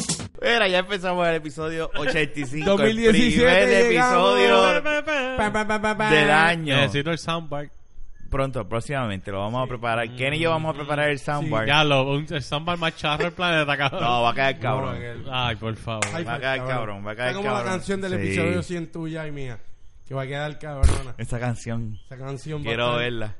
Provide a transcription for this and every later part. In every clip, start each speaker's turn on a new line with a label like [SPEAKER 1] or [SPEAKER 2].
[SPEAKER 1] señora, ya empezamos el episodio 85.
[SPEAKER 2] 2017
[SPEAKER 1] El primer
[SPEAKER 2] llegamos.
[SPEAKER 1] episodio
[SPEAKER 2] Pa, pa, pa, pa, pa.
[SPEAKER 1] del año.
[SPEAKER 3] Necesito el soundbar.
[SPEAKER 1] Pronto, próximamente, lo vamos a preparar. Ken y yo vamos a preparar el soundbar.
[SPEAKER 3] Ya, lo, un, el soundbar más charro del planeta, cabrón.
[SPEAKER 1] No, va a caer cabrón.
[SPEAKER 2] No, aquel-
[SPEAKER 3] Ay, por favor.
[SPEAKER 2] Ay,
[SPEAKER 1] va a caer cabrón, va a caer
[SPEAKER 2] Está como la
[SPEAKER 1] cabrón.
[SPEAKER 2] canción del
[SPEAKER 1] Sí.
[SPEAKER 2] episodio 100 tuya y mía. Que va a quedar cabrona.
[SPEAKER 1] Esa canción,
[SPEAKER 2] Esa canción va
[SPEAKER 1] quiero
[SPEAKER 2] a estar-
[SPEAKER 1] verla.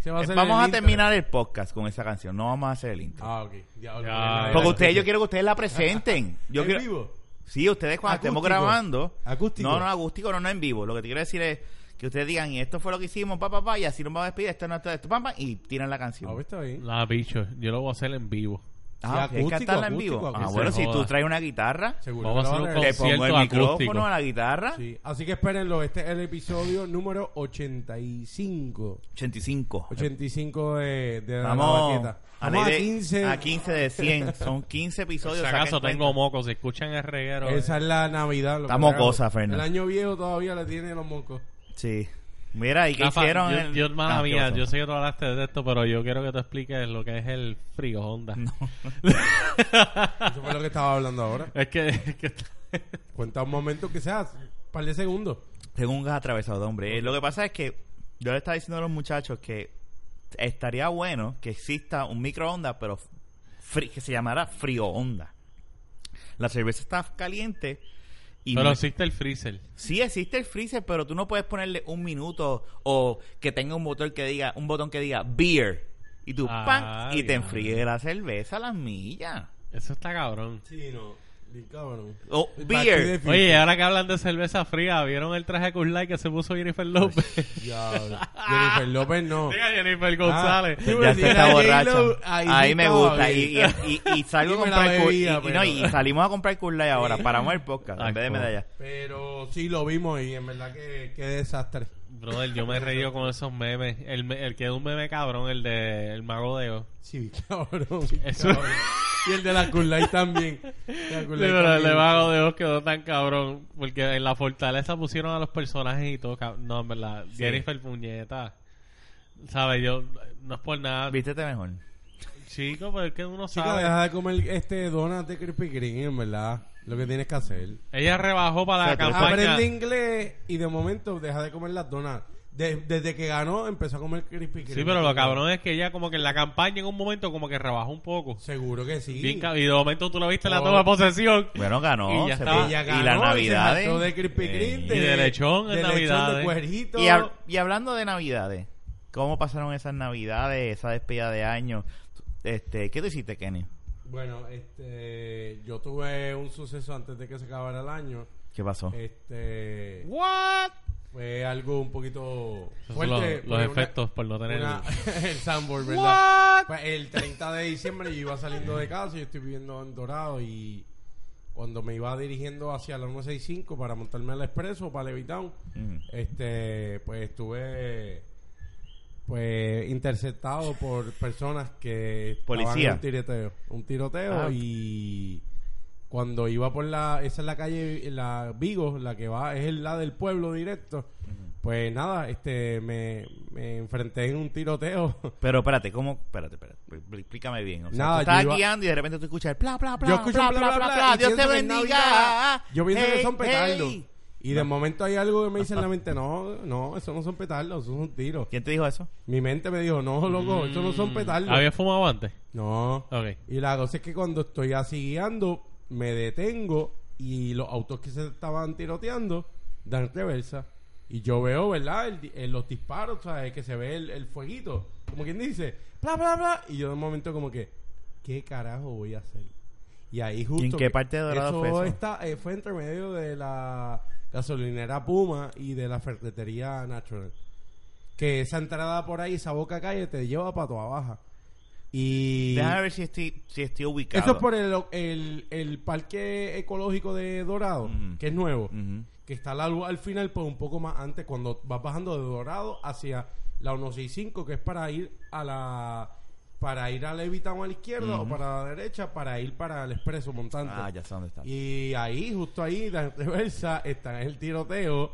[SPEAKER 2] se va a
[SPEAKER 1] Vamos
[SPEAKER 2] hacer en el
[SPEAKER 1] a
[SPEAKER 2] Instagram.
[SPEAKER 1] terminar el podcast con esa canción, no vamos a hacer el intro.
[SPEAKER 2] Ah, ok. Ya, ok.
[SPEAKER 3] Ya,
[SPEAKER 1] Porque
[SPEAKER 3] ya.
[SPEAKER 1] ustedes, yo quiero que ustedes la presenten. Yo
[SPEAKER 2] ¿En
[SPEAKER 1] quiero,
[SPEAKER 2] vivo?
[SPEAKER 1] Sí, ustedes cuando estemos
[SPEAKER 2] Acústico.
[SPEAKER 1] grabando.
[SPEAKER 2] Acústico.
[SPEAKER 1] No, no, acústico, no, no en vivo. Lo que te quiero decir es que ustedes digan, y esto fue lo que hicimos, pa, pa, pa, y así nos vamos a despedir, esto no está, esto, pa, pa, y tiran la
[SPEAKER 2] Ah,
[SPEAKER 1] canción.
[SPEAKER 2] está bien.
[SPEAKER 3] La bicho, yo lo voy a hacer en vivo.
[SPEAKER 1] Ah,
[SPEAKER 2] Sí,
[SPEAKER 1] ¿es
[SPEAKER 2] acústico,
[SPEAKER 1] cantarla en
[SPEAKER 2] acústico,
[SPEAKER 1] vivo? Ah,
[SPEAKER 2] acústico.
[SPEAKER 1] bueno,
[SPEAKER 3] Se
[SPEAKER 1] si tú
[SPEAKER 3] joda.
[SPEAKER 1] traes una guitarra,
[SPEAKER 2] Seguro.
[SPEAKER 3] Vamos a
[SPEAKER 2] que la
[SPEAKER 3] hacer
[SPEAKER 2] van
[SPEAKER 3] un
[SPEAKER 1] le
[SPEAKER 2] regalar.
[SPEAKER 1] pongo el
[SPEAKER 3] Concierto
[SPEAKER 1] micrófono
[SPEAKER 3] acústico.
[SPEAKER 1] a la guitarra.
[SPEAKER 2] Sí. Así que espérenlo. Este es el episodio número 85.
[SPEAKER 1] 85.
[SPEAKER 2] 85 de, de la
[SPEAKER 1] Vamos,
[SPEAKER 2] Navarreta.
[SPEAKER 1] a,
[SPEAKER 2] Vamos a
[SPEAKER 1] ley de-
[SPEAKER 2] 15.
[SPEAKER 1] a 15 de 100. Son 15
[SPEAKER 3] Si
[SPEAKER 1] episodios.
[SPEAKER 3] acaso
[SPEAKER 1] saquen
[SPEAKER 3] tengo
[SPEAKER 1] cuenta.
[SPEAKER 3] mocos, si escuchan el reguero. eh.
[SPEAKER 2] Esa es la Navidad. lo
[SPEAKER 1] Está
[SPEAKER 2] que
[SPEAKER 1] mocosa,
[SPEAKER 2] hago.
[SPEAKER 1] Fernan.
[SPEAKER 2] El año viejo todavía la tiene los mocos.
[SPEAKER 1] Sí. Mira, ¿y qué
[SPEAKER 3] Rafa,
[SPEAKER 1] hicieron?
[SPEAKER 3] yo,
[SPEAKER 1] el-
[SPEAKER 3] yo, hermana
[SPEAKER 1] Ah, ¿qué
[SPEAKER 3] mía,
[SPEAKER 1] pasó?
[SPEAKER 3] yo sé que tú hablaste de esto, pero yo quiero que tú expliques lo que es el frío Honda.
[SPEAKER 2] Eso fue lo que estaba hablando ahora.
[SPEAKER 3] Es que, es que-
[SPEAKER 2] Cuenta un momento que sea un par de segundos.
[SPEAKER 1] Tengo un gas atravesado de hombre. Eh, Lo que pasa es que yo le estaba diciendo a los muchachos que estaría bueno que exista un microondas, pero fri- que se llamara frío onda. La cerveza está caliente y
[SPEAKER 3] pero
[SPEAKER 1] no-
[SPEAKER 3] existe el freezer.
[SPEAKER 1] sí existe el freezer, pero tú no puedes ponerle un minuto o que tenga un botón que diga un botón que diga beer y tú
[SPEAKER 3] Ah,
[SPEAKER 1] pan y te
[SPEAKER 3] ya.
[SPEAKER 1] enfríe la cerveza a las millas.
[SPEAKER 3] Eso está cabrón.
[SPEAKER 2] Sí, no. Bien cabrón.
[SPEAKER 1] O
[SPEAKER 2] Back to the
[SPEAKER 1] beer.
[SPEAKER 2] future.
[SPEAKER 3] Oye, y ahora que hablan de cerveza fría, ¿vieron el traje Cool Light que se puso Jennifer López?
[SPEAKER 2] Diablo. Jennifer López no.
[SPEAKER 3] Diga Jennifer González.
[SPEAKER 2] Ah,
[SPEAKER 1] Ya se está
[SPEAKER 2] J-Lo,
[SPEAKER 1] borracho.
[SPEAKER 2] ahí
[SPEAKER 1] Ahí,
[SPEAKER 2] sí
[SPEAKER 1] me
[SPEAKER 2] estaba
[SPEAKER 1] gusta. Y,
[SPEAKER 2] bien.
[SPEAKER 1] y- y- y salgo a
[SPEAKER 2] Yo me la
[SPEAKER 1] comprar cur-
[SPEAKER 2] bebía,
[SPEAKER 1] y- y no, y
[SPEAKER 2] pero-
[SPEAKER 1] salimos a comprar Curlay ahora. Paramos el podcast
[SPEAKER 3] Ay,
[SPEAKER 1] en vez de
[SPEAKER 3] por-
[SPEAKER 1] medalla.
[SPEAKER 2] Pero sí lo vimos y en verdad que, que desastre.
[SPEAKER 3] Brother, yo me he reído con esos memes. El, me- el que es un meme cabrón, el de el mago de Oz.
[SPEAKER 2] Sí, cabrón.
[SPEAKER 3] Eso-
[SPEAKER 2] cabrón. Y el de la Kulai también. La
[SPEAKER 3] Sí,
[SPEAKER 2] Kool-Aid
[SPEAKER 3] pero el
[SPEAKER 2] también.
[SPEAKER 3] de mago de Oz quedó tan cabrón. Porque en la fortaleza pusieron a los personajes y todo. cab- No, en verdad. Jennifer Puñeta. ¿Sabes? Yo, no es por nada.
[SPEAKER 1] Vístete mejor.
[SPEAKER 3] Chico, pero es que uno
[SPEAKER 2] Chica,
[SPEAKER 3] sabe.
[SPEAKER 2] deja de comer este donut de Krispy Kreme, en verdad. Lo que tienes que hacer.
[SPEAKER 3] Ella rebajó para la
[SPEAKER 1] O sea, tú-
[SPEAKER 3] campaña.
[SPEAKER 2] Aprende inglés y de momento deja de comer las donuts. De- desde que ganó empezó a comer Krispy Kreme.
[SPEAKER 3] Sí, pero lo cabrón es que ella como que en la campaña en un momento como que rebajó un poco.
[SPEAKER 2] Seguro que sí.
[SPEAKER 3] Bien cab- y de momento tú la viste en la
[SPEAKER 2] Oh.
[SPEAKER 3] toma de posesión.
[SPEAKER 1] Bueno, ganó.
[SPEAKER 3] Y ya
[SPEAKER 1] se
[SPEAKER 3] está.
[SPEAKER 1] fue.
[SPEAKER 2] Ella ganó
[SPEAKER 1] y las
[SPEAKER 2] se
[SPEAKER 1] navidades.
[SPEAKER 2] hartó de Krispy Kreme,
[SPEAKER 1] Eh,
[SPEAKER 3] Y de lechón en ¿eh?
[SPEAKER 2] de
[SPEAKER 3] Navidades.
[SPEAKER 2] de cuerito.
[SPEAKER 1] y hab- y hablando de navidades, ¿cómo pasaron esas navidades, esa despedida de año? Este, ¿Qué te hiciste, Kenny?
[SPEAKER 2] Bueno, este, yo tuve un suceso antes de que se acabara el año.
[SPEAKER 1] ¿Qué pasó?
[SPEAKER 2] Eh. Este,
[SPEAKER 3] What?
[SPEAKER 2] fue algo un poquito
[SPEAKER 3] Esos son
[SPEAKER 2] fuerte.
[SPEAKER 3] los, los
[SPEAKER 2] fue una-
[SPEAKER 3] efectos por no tener...
[SPEAKER 2] una- el Sanborn, ¿verdad?
[SPEAKER 3] What?
[SPEAKER 2] Pues el 30 de diciembre yo iba saliendo de casa, yo estoy viviendo en Dorado y cuando me iba dirigiendo hacia la 165 para montarme al expreso para Levitown,
[SPEAKER 1] Mm.
[SPEAKER 2] este, pues estuve pues interceptado por personas que estaban
[SPEAKER 1] Policía.
[SPEAKER 2] en un tiroteo, un tiroteo
[SPEAKER 1] Ah.
[SPEAKER 2] y cuando iba por la esa es la calle la Vigo, la que va es la del pueblo directo. Pues nada, este me, me enfrenté en un tiroteo.
[SPEAKER 1] Pero espérate, ¿cómo? Espérate, espérate. Pl- Explícame bien. O sea,
[SPEAKER 2] Nada,
[SPEAKER 1] tú
[SPEAKER 2] yo
[SPEAKER 1] estás
[SPEAKER 2] iba-
[SPEAKER 1] guiando y de repente tú escuchas el bla, bla, bla,
[SPEAKER 2] yo escucho
[SPEAKER 1] bla,
[SPEAKER 2] un bla bla bla, y
[SPEAKER 1] Dios te
[SPEAKER 2] pienso que es
[SPEAKER 1] bendiga.
[SPEAKER 2] Navidad. Yo pienso que
[SPEAKER 1] Hey,
[SPEAKER 2] son petardos.
[SPEAKER 1] hey.
[SPEAKER 2] Y de momento hay algo que me dice en la mente, no, no, eso no son petardos, eso es un tiro.
[SPEAKER 1] ¿Quién te dijo eso?
[SPEAKER 2] Mi mente me dijo, no, loco, eso no son petardos.
[SPEAKER 3] Mm. ¿Había fumado antes?
[SPEAKER 2] No.
[SPEAKER 3] Ah, Ok.
[SPEAKER 2] Y la cosa es que cuando estoy así guiando, me detengo y los autos que se estaban tiroteando dan reversa. Y yo veo, ¿verdad? El di- el- los disparos, ¿sabes? Que se ve el, el fueguito. Como quien dice, bla, bla, bla. Y yo de momento como que, ¿qué carajo voy a hacer? Y ahí justo...
[SPEAKER 1] ¿Y en qué
[SPEAKER 2] que-
[SPEAKER 1] parte de Dorado fue eso?
[SPEAKER 2] está- eh, fue entre medio de la gasolinera Puma y de la ferretería Natural. Que esa entrada por ahí, esa boca calle, te lleva para toda baja. Y...
[SPEAKER 1] Déjame ver si estoy, si estoy ubicado.
[SPEAKER 2] Eso es por el, el, el parque ecológico de Dorado,
[SPEAKER 1] Ujú.
[SPEAKER 2] que es nuevo,
[SPEAKER 1] Ujú.
[SPEAKER 2] que está la luz al final, pues un poco más antes, cuando vas bajando de Dorado hacia la 165, que es para ir a la para ir a Levitown a la izquierda o para la derecha, para ir para el expreso montante.
[SPEAKER 1] Ah, ya sé dónde está. Y,
[SPEAKER 2] Y ahí, justo ahí, de reversa, está el tiroteo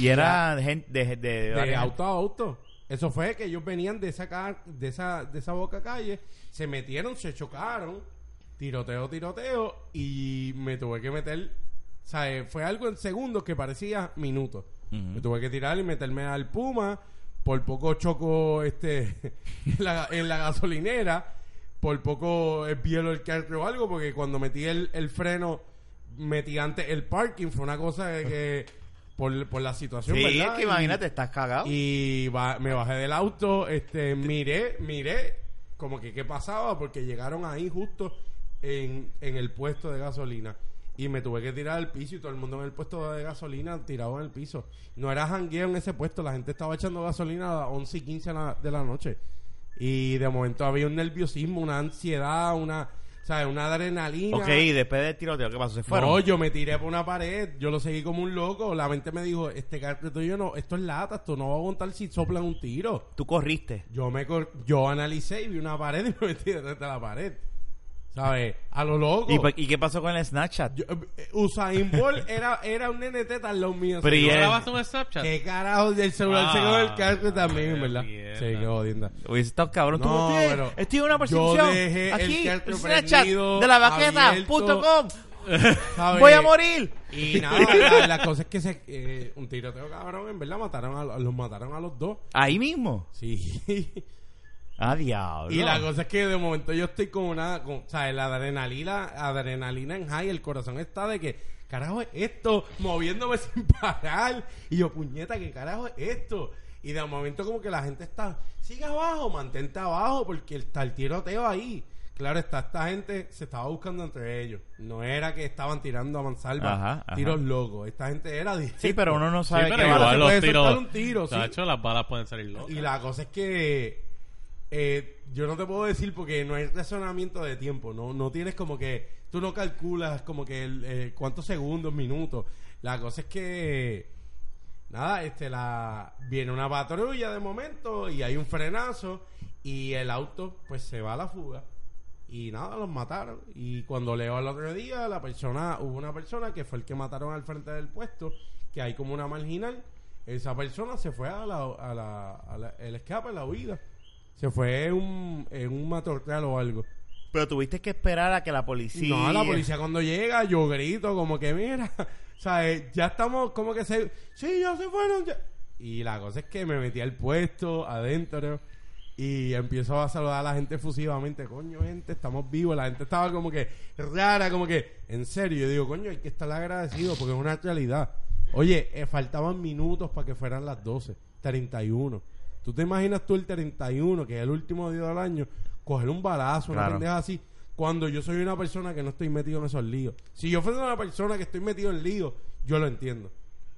[SPEAKER 1] era gen- de, de, de,
[SPEAKER 2] de
[SPEAKER 1] varias-
[SPEAKER 2] auto a auto. Eso fue que ellos venían de esa, ca- de esa, de esa boca calle, se metieron, se chocaron tiroteo, tiroteo, y me tuve que meter, ¿sabes? Fue algo en segundos que parecía minutos.
[SPEAKER 1] Ujú.
[SPEAKER 2] Me tuve que tirar y meterme al Puma, por poco choco este en, la, en la gasolinera, por poco vielo el carro o algo, porque cuando metí el, el freno, metí antes el parking, fue una cosa que... que por, por la situación,
[SPEAKER 1] Sí, es
[SPEAKER 2] ¿verdad?
[SPEAKER 1] que
[SPEAKER 2] Y-
[SPEAKER 1] imagínate, estás cagado.
[SPEAKER 2] y ba- me bajé del auto, este, miré, miré como que qué pasaba porque llegaron ahí justo en, en el puesto de gasolina. Y me tuve que tirar al piso y todo el mundo en el puesto de gasolina tirado en el piso. No era jangueo en ese puesto, la gente estaba echando gasolina a las 11 y 15 de la- de la noche. Y de momento había un nerviosismo, una ansiedad, una, ¿sabes? una adrenalina.
[SPEAKER 1] ok, y después del tiroteo, ¿qué pasó? Se fueron.
[SPEAKER 2] No, yo me tiré por una pared, yo lo seguí como un loco. La mente me dijo, este carro tuyo no, esto es lata, esto no va a aguantar si soplan un tiro.
[SPEAKER 1] Tú corriste.
[SPEAKER 2] Yo me cor- yo analicé y vi una pared y me metí detrás de la pared. ¿Sabes? A lo loco.
[SPEAKER 1] ¿Y, pa- y qué pasó con el Snapchat?
[SPEAKER 2] Yo- eh, Usain Bolt era, era un NT tan lo mío.
[SPEAKER 1] Pero
[SPEAKER 2] señor.
[SPEAKER 1] y él-
[SPEAKER 3] grabaste un Snapchat?
[SPEAKER 2] ¿Qué carajo? El celular se
[SPEAKER 3] Ah,
[SPEAKER 2] quedó en el carro también,
[SPEAKER 3] qué
[SPEAKER 2] ¿verdad?
[SPEAKER 3] mierda.
[SPEAKER 2] Sí, qué jodienda.
[SPEAKER 1] Hubiese estado cabrón. Tú
[SPEAKER 2] No,
[SPEAKER 1] no, tienes-
[SPEAKER 2] pero
[SPEAKER 1] estoy en una
[SPEAKER 2] yo
[SPEAKER 1] percepción.
[SPEAKER 2] dejé el
[SPEAKER 1] Aquí,
[SPEAKER 2] carro
[SPEAKER 1] Snapchat
[SPEAKER 2] prendido,
[SPEAKER 1] de la vaqueta.com.
[SPEAKER 2] abierto. ¿Sabes?
[SPEAKER 1] Voy a morir.
[SPEAKER 2] Y nada, la, la cosa es que se, eh, un tiroteo cabrón, en verdad, mataron a, los- los mataron a los dos.
[SPEAKER 1] Ahí mismo.
[SPEAKER 2] Sí.
[SPEAKER 1] Ah, diablo.
[SPEAKER 2] y la cosa es que de momento yo estoy con una, con, o sea, la adrenalina, adrenalina en high, el corazón está de que, carajo es esto, moviéndome sin parar. Y yo, puñeta, ¿qué carajo es esto? Y de momento como que la gente está, sigue abajo, mantente abajo, porque está el tiroteo ahí. Claro, está esta gente, se estaba buscando entre ellos. No era que estaban tirando a mansalva,
[SPEAKER 1] Ajá, ajá.
[SPEAKER 2] tiros locos. Esta gente era
[SPEAKER 1] Sí,
[SPEAKER 2] directo.
[SPEAKER 1] pero uno no
[SPEAKER 3] Sí,
[SPEAKER 1] sabe
[SPEAKER 3] pero
[SPEAKER 1] qué
[SPEAKER 2] bala
[SPEAKER 1] va a
[SPEAKER 2] se
[SPEAKER 3] igual los
[SPEAKER 2] puede soltar
[SPEAKER 3] tiros.
[SPEAKER 2] un tiro, sí.
[SPEAKER 3] Tacho, las balas pueden salir locas.
[SPEAKER 2] Y la cosa es que eh, yo no te puedo decir porque no hay razonamiento de tiempo, no, no tienes como que, tú no calculas como que el, eh, cuántos segundos, minutos. La cosa es que, nada, este, la, viene una patrulla de momento y hay un frenazo y el auto pues se va a la fuga. Y nada, los mataron. Y cuando leo al otro día, la persona, hubo una persona que fue el que mataron al frente del puesto, que hay como una marginal. Esa persona se fue a la, a la, a la- el escape, a la huida. Se fue en un, en un matorral o algo.
[SPEAKER 1] Pero tuviste que esperar a que la policía.
[SPEAKER 2] No, la policía cuando llega, yo grito como que mira, o sea, eh, ya estamos como que se... Sí, ya se fueron. ya". Y la cosa es que me metí al puesto, adentro, y empiezo a saludar a la gente efusivamente. Coño, gente, estamos vivos. La gente estaba como que rara, como que... En serio, yo digo, coño, hay que estar agradecido porque es una realidad. Oye, eh, faltaban minutos para que fueran las 12, 31. ¿Tú te imaginas tú el 31, que es el último día del año, coger un balazo, una
[SPEAKER 1] Claro.
[SPEAKER 2] pendeja así cuando yo soy una persona que no estoy metido en esos líos. Si yo fuera una persona que estoy metido en líos, yo lo entiendo.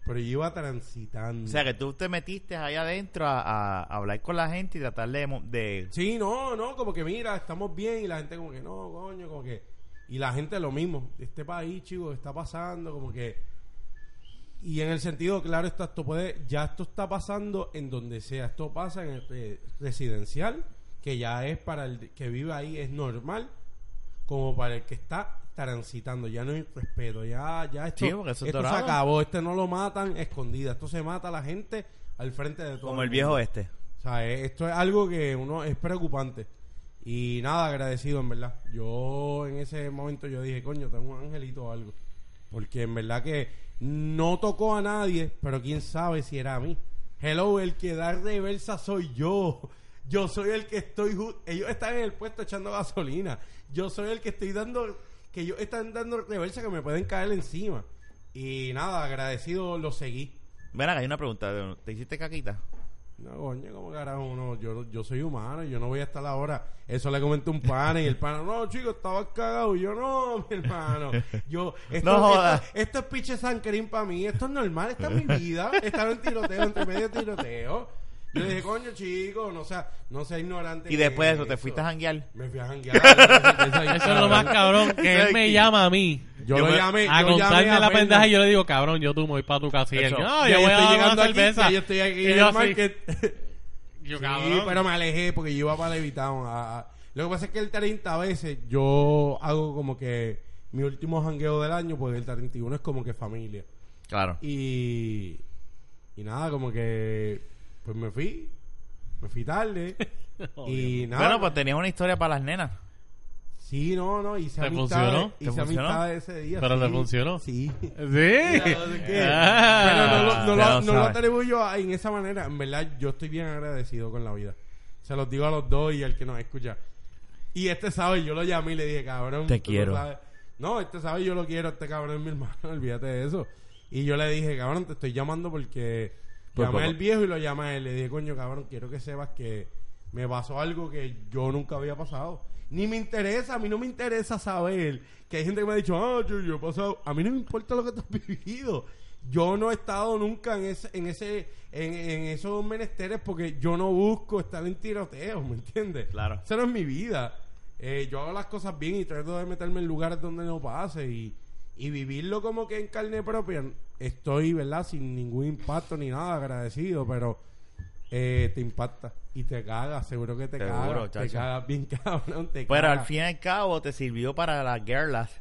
[SPEAKER 2] Pero yo iba transitando.
[SPEAKER 1] O sea, que tú te metiste ahí adentro a, a- a hablar con la gente y tratar de. mo- de-
[SPEAKER 2] Sí, no, no, como que mira, estamos bien y la gente como que no, coño, como que... Y la gente lo mismo, este país, chicos, está pasando, como que... Y en el sentido, claro, está, esto puede, ya esto está pasando en donde sea, esto pasa en el eh, residencial, que ya es para el que vive ahí, es normal, como para el que está transitando, ya no hay respeto, ya, ya esto,
[SPEAKER 1] Sí, porque eso es
[SPEAKER 2] esto se
[SPEAKER 1] dorado.
[SPEAKER 2] acabó, este no lo matan escondida, esto se mata a la gente al frente de todo.
[SPEAKER 1] como el
[SPEAKER 2] mundo.
[SPEAKER 1] viejo este.
[SPEAKER 2] O sea, eh, esto es algo que uno es preocupante. Y nada, agradecido, en verdad. Yo en ese momento yo dije, coño, tengo un angelito o algo. Porque en verdad que no tocó a nadie, pero quién sabe si era a mí. Hello, el que da reversa soy yo. Yo soy el que estoy... ju- Ellos están en el puesto echando gasolina. Yo soy el que estoy dando... Que ellos están dando reversa que me pueden caer encima. Y nada, agradecido, lo seguí.
[SPEAKER 1] Ven acá, hay una pregunta. ¿Te hiciste caquita?
[SPEAKER 2] No, coño, como carajo, uno, yo, yo soy humano, yo no voy a estar ahora. Eso le comenté a un pana y el pana, no, chico, estaba cagado. Y yo, no, mi hermano. Yo, esto,
[SPEAKER 1] No jodas.
[SPEAKER 2] esto, esto es pinche sancrín para mí, esto es normal, esta es mi vida. Estar en tiroteo, entre medio de tiroteo. Yo le dije, coño, chico, no sea, no sea ignorante.
[SPEAKER 1] Y
[SPEAKER 2] en
[SPEAKER 1] después de eso, ¿te fuiste a janguear?
[SPEAKER 2] Me fui a janguear. Eso,
[SPEAKER 3] Eso es lo más cabrón, que él me llama a mí.
[SPEAKER 2] Yo
[SPEAKER 1] Yo
[SPEAKER 2] lo
[SPEAKER 1] me-
[SPEAKER 2] llamé.
[SPEAKER 3] a
[SPEAKER 2] yo llamé
[SPEAKER 3] contarme
[SPEAKER 2] a
[SPEAKER 3] la
[SPEAKER 2] Fernan.
[SPEAKER 3] pendeja y yo le digo, cabrón, yo tú me voy para tu casa. Y él,
[SPEAKER 1] Eso.
[SPEAKER 3] no,
[SPEAKER 2] Ya
[SPEAKER 3] yo voy a dar
[SPEAKER 2] llegando
[SPEAKER 3] una
[SPEAKER 2] aquí,
[SPEAKER 3] cerveza.
[SPEAKER 2] ya yo estoy aquí
[SPEAKER 3] Y
[SPEAKER 2] en
[SPEAKER 3] yo
[SPEAKER 2] el
[SPEAKER 3] así,
[SPEAKER 2] market.
[SPEAKER 3] yo,
[SPEAKER 2] Sí,
[SPEAKER 3] cabrón.
[SPEAKER 2] pero me alejé porque yo iba para Levitown. a- a- Lo que pasa es que el 30 veces yo hago como que mi último jangueo del año, porque el 31 es como que familia.
[SPEAKER 1] Claro.
[SPEAKER 2] Y, y nada, como que pues me fui, me fui tarde. y
[SPEAKER 1] pues
[SPEAKER 2] nada.
[SPEAKER 3] pues,
[SPEAKER 1] Bueno, pues tenías una historia para las nenas.
[SPEAKER 2] Sí, no, no, hice
[SPEAKER 3] ¿Te
[SPEAKER 2] amistades-
[SPEAKER 3] funcionó?
[SPEAKER 1] ¿Te
[SPEAKER 2] hice
[SPEAKER 1] funcionó?
[SPEAKER 2] amistades ese día.
[SPEAKER 3] Pero
[SPEAKER 2] sí.
[SPEAKER 3] le funcionó.
[SPEAKER 2] Sí.
[SPEAKER 3] Sí.
[SPEAKER 2] Pero no,
[SPEAKER 3] Ah.
[SPEAKER 2] lo- no, lo,
[SPEAKER 1] ya lo
[SPEAKER 2] no lo
[SPEAKER 1] sabes.
[SPEAKER 2] atribuyo a- en esa manera. En verdad, yo estoy bien agradecido con la vida. Se los digo a los dos y al que nos escucha. Y este sabe, yo lo llamé y le dije, cabrón.
[SPEAKER 1] Te
[SPEAKER 2] tú no
[SPEAKER 1] quiero.
[SPEAKER 2] sabes". No, este sabe, yo lo quiero, este cabrón es mi hermano, olvídate de eso. Y yo le dije, cabrón, te estoy llamando porque
[SPEAKER 1] Por
[SPEAKER 2] llamé
[SPEAKER 1] poco.
[SPEAKER 2] al viejo y lo llamé a él. Le dije, coño, cabrón, quiero que sepas que me pasó algo que yo nunca había pasado. Ni me interesa, a mí no me interesa saber que hay gente que me ha dicho, ah, yo, yo he pasado. A mí no me importa lo que tú has vivido. Yo no he estado nunca en ese, en ese, en, en esos menesteres porque yo no busco estar en tiroteos, ¿me entiendes?
[SPEAKER 1] Claro.
[SPEAKER 2] Esa no es mi vida. Eh, yo hago las cosas bien y trato de meterme en lugares donde no pase y, y vivirlo como que en carne propia. Estoy, ¿verdad? Sin ningún impacto ni nada, agradecido, pero eh, te impacta y te cagas, seguro que te
[SPEAKER 1] Seguro,
[SPEAKER 2] cagas. Te
[SPEAKER 1] chacho.
[SPEAKER 2] cagas bien cabrón, te
[SPEAKER 1] Pero
[SPEAKER 2] cagas.
[SPEAKER 1] al fin y al cabo te sirvió para las girlas.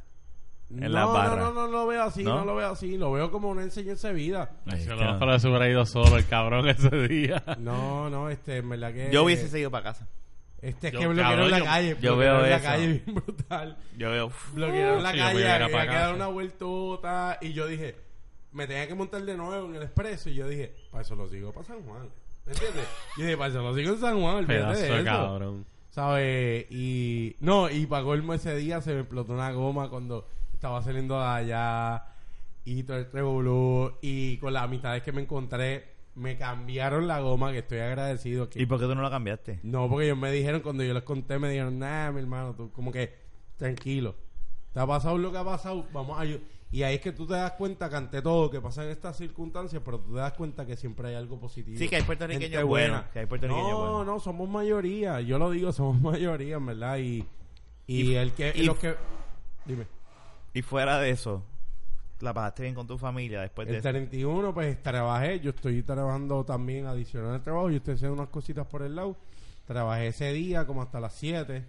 [SPEAKER 1] en
[SPEAKER 2] no,
[SPEAKER 1] la barra.
[SPEAKER 2] No, no, no lo veo así, no,
[SPEAKER 1] ¿No?
[SPEAKER 2] lo veo así. Lo veo como una enseñanza de vida.
[SPEAKER 1] Ahí
[SPEAKER 3] Se
[SPEAKER 1] está.
[SPEAKER 3] lo para se hubiera ido solo el cabrón ese día.
[SPEAKER 2] No, no, este, en verdad que...
[SPEAKER 1] Yo hubiese seguido para casa.
[SPEAKER 2] Este es
[SPEAKER 3] Yo,
[SPEAKER 2] que bloquearon
[SPEAKER 3] cabrón,
[SPEAKER 2] la
[SPEAKER 3] yo-
[SPEAKER 2] calle.
[SPEAKER 1] yo
[SPEAKER 2] bloquearon
[SPEAKER 1] veo
[SPEAKER 2] la
[SPEAKER 1] eso.
[SPEAKER 2] calle bien brutal.
[SPEAKER 1] Yo veo. uf,
[SPEAKER 2] bloquearon la
[SPEAKER 3] Sí, yo
[SPEAKER 2] calle,
[SPEAKER 3] voy a ir a
[SPEAKER 2] había
[SPEAKER 3] pa'
[SPEAKER 2] que dar
[SPEAKER 3] casa.
[SPEAKER 2] una vueltota y yo dije, me tenía que montar de nuevo en el expreso y yo dije, para eso lo sigo para San Juan. ¿Me entiendes? Yo dije, para eso lo sigo en San Juan, olvídate
[SPEAKER 3] Pedazo
[SPEAKER 2] de
[SPEAKER 3] de
[SPEAKER 2] eso.
[SPEAKER 3] cabrón.
[SPEAKER 2] ¿Sabes? Y no, y para colmo ese día se me explotó una goma cuando estaba saliendo de allá y todo el revolú y con las amistades que me encontré me cambiaron la goma que estoy agradecido que
[SPEAKER 1] ¿Y por qué tú no la cambiaste?
[SPEAKER 2] no, porque ellos me dijeron, cuando yo les conté, me dijeron, nah, mi hermano, tú como que tranquilo. Te ha pasado lo que ha pasado, vamos a ayudar. Y ahí es que tú te das cuenta que ante todo que pasa en estas circunstancias, pero tú te das cuenta que siempre hay algo positivo.
[SPEAKER 1] Sí, que hay puertorriqueños
[SPEAKER 2] Gente
[SPEAKER 1] buenos, que hay puertorriqueños
[SPEAKER 2] no,
[SPEAKER 1] buenos.
[SPEAKER 2] no, somos mayoría. Yo lo digo, somos mayoría, en verdad. Y, y,
[SPEAKER 1] Y-
[SPEAKER 2] el que,
[SPEAKER 1] y-
[SPEAKER 2] los que... Dime.
[SPEAKER 1] Y fuera de eso, la pasaste bien con tu familia después de
[SPEAKER 2] El
[SPEAKER 1] eso.
[SPEAKER 2] 31, pues trabajé. Yo estoy trabajando también adicional al trabajo. Yo estoy haciendo unas cositas por el lado. Trabajé ese día como hasta las 7,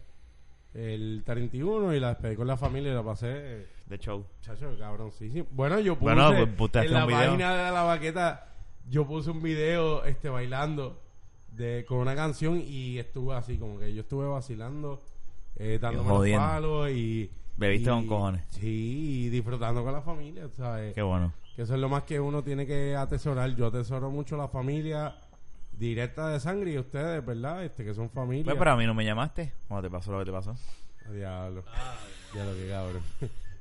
[SPEAKER 2] el 31, y la despedí con la familia y la pasé. eh,
[SPEAKER 1] de show.
[SPEAKER 2] Chacho, cabrón, sí, sí. Bueno, yo puse
[SPEAKER 1] Bueno, pues, pues, te hace
[SPEAKER 2] en la
[SPEAKER 1] un video.
[SPEAKER 2] página de la baqueta, yo puse un video este bailando de con una canción y estuve así, como que yo estuve vacilando, eh, dándome los
[SPEAKER 1] Jodiendo.
[SPEAKER 2] palos y...
[SPEAKER 1] Bebiste
[SPEAKER 2] y-
[SPEAKER 1] con cojones.
[SPEAKER 2] Sí, y disfrutando con la familia, ¿sabes?
[SPEAKER 1] Qué bueno.
[SPEAKER 2] Que eso es lo más que uno tiene que atesorar. Yo atesoro mucho la familia directa de sangre y ustedes, ¿verdad? Este, que son familia.
[SPEAKER 1] Pues, pero a mí no me llamaste cuando te pasó lo que te pasó.
[SPEAKER 2] A diablo. Diablo, que cabrón.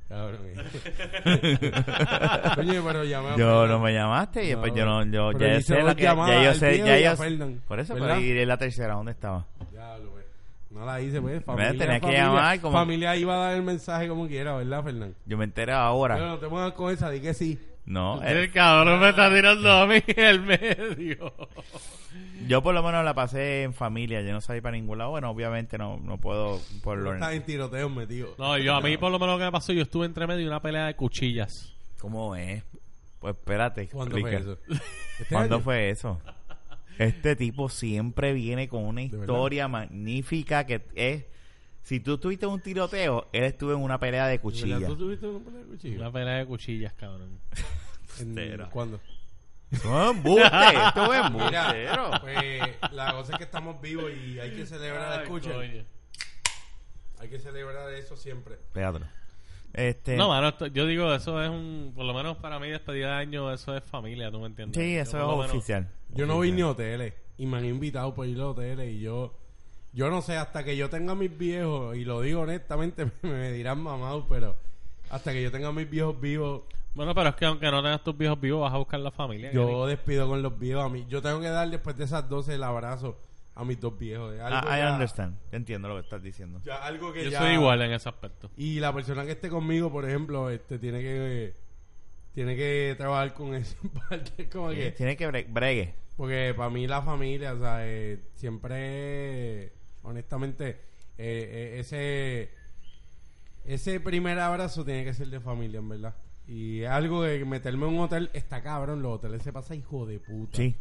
[SPEAKER 2] cabrón. eh. Oye, pero llamé a
[SPEAKER 1] Yo
[SPEAKER 2] Fernan.
[SPEAKER 1] no me llamaste y
[SPEAKER 2] No.
[SPEAKER 1] después yo no. Yo,
[SPEAKER 2] Pero
[SPEAKER 1] ya yo
[SPEAKER 2] hice
[SPEAKER 1] sé
[SPEAKER 2] dos
[SPEAKER 1] la que.
[SPEAKER 2] llamadas
[SPEAKER 1] Ya yo
[SPEAKER 2] al
[SPEAKER 1] sé.
[SPEAKER 2] Diego
[SPEAKER 1] Ya
[SPEAKER 2] y a
[SPEAKER 1] yo
[SPEAKER 2] Fernan,
[SPEAKER 1] Por eso,
[SPEAKER 2] ¿verdad?
[SPEAKER 1] pero y la tercera, ¿dónde estaba?
[SPEAKER 2] Diablo, güey. No la hice, pues. Familia,
[SPEAKER 1] tenía que
[SPEAKER 2] familia.
[SPEAKER 1] llamar como-
[SPEAKER 2] Familia iba a dar el mensaje como quiera, ¿verdad, Fernán?
[SPEAKER 1] Yo me enteré
[SPEAKER 2] Pero
[SPEAKER 1] ahora.
[SPEAKER 2] no te pongas con esa, di que sí.
[SPEAKER 1] No, eh,
[SPEAKER 3] El cabrón me
[SPEAKER 2] Ah.
[SPEAKER 3] está tirando a mí en el medio.
[SPEAKER 1] yo por lo menos la pasé en familia. Yo no salí para ningún lado. Bueno, obviamente no, no puedo por
[SPEAKER 2] No
[SPEAKER 1] lo
[SPEAKER 2] estás en tiroteos metido.
[SPEAKER 3] No, yo a mí por lo menos lo que me pasó, yo estuve entre medio de una pelea de cuchillas.
[SPEAKER 1] ¿Cómo es? Pues espérate.
[SPEAKER 2] ¿Cuándo
[SPEAKER 1] explica.
[SPEAKER 2] fue eso? ¿Este
[SPEAKER 1] ¿Cuándo
[SPEAKER 2] año?
[SPEAKER 1] fue eso? Este tipo siempre viene con una
[SPEAKER 2] verdad?
[SPEAKER 1] historia magnífica que es... Si tú tuviste un tiroteo, él estuvo en una pelea de
[SPEAKER 2] ¿De verdad
[SPEAKER 1] cuchillas.
[SPEAKER 2] ¿Tú tuviste una pelea de cuchilla?
[SPEAKER 3] Una pelea de cuchillas, cabrón.
[SPEAKER 2] ¿En-
[SPEAKER 1] Era.
[SPEAKER 2] ¿Cuándo?
[SPEAKER 1] ¡Son embustes! ¡Esto es
[SPEAKER 2] Mira,
[SPEAKER 1] embustero!
[SPEAKER 2] pues la cosa es que estamos vivos y hay que celebrar, escuchen,
[SPEAKER 3] coño.
[SPEAKER 2] hay que celebrar eso siempre.
[SPEAKER 1] Espératelo. Este,
[SPEAKER 3] No, mano, esto- yo digo, eso es un. Por lo menos para mí, despedida de año, eso es familia, ¿tú me entiendes?
[SPEAKER 1] sí,
[SPEAKER 3] Yo
[SPEAKER 1] eso
[SPEAKER 3] por lo
[SPEAKER 1] es
[SPEAKER 3] menos-
[SPEAKER 1] oficial.
[SPEAKER 2] Yo no voy ni a
[SPEAKER 1] Oficial.
[SPEAKER 2] hoteles y me han invitado para ir a hoteles y yo, yo no sé, hasta que yo tenga a mis viejos, y lo digo honestamente, me dirán mamado, pero hasta que yo tenga a mis viejos vivos,
[SPEAKER 3] Bueno, pero es que aunque no tengas tus viejos vivos, vas a buscar la familia.
[SPEAKER 2] yo despido con los viejos a mí. Yo tengo que dar después de esas 12 el abrazo a mis dos viejos. Es algo
[SPEAKER 1] Ah, I
[SPEAKER 2] ya-
[SPEAKER 1] understand. Yo entiendo lo que estás diciendo.
[SPEAKER 2] ya algo que
[SPEAKER 3] Yo
[SPEAKER 2] ya-
[SPEAKER 3] soy igual en ese aspecto.
[SPEAKER 2] Y la persona que esté conmigo, por ejemplo, este tiene que tiene que trabajar con esa parte como que
[SPEAKER 1] Tiene que bre- bregue.
[SPEAKER 2] porque para mí la familia, o sea, eh, siempre honestamente eh, eh, ese ese primer abrazo tiene que ser de familia, en verdad. Y algo de meterme en un hotel está cabrón, los hoteles se pasa hijo de puta.
[SPEAKER 1] Sí.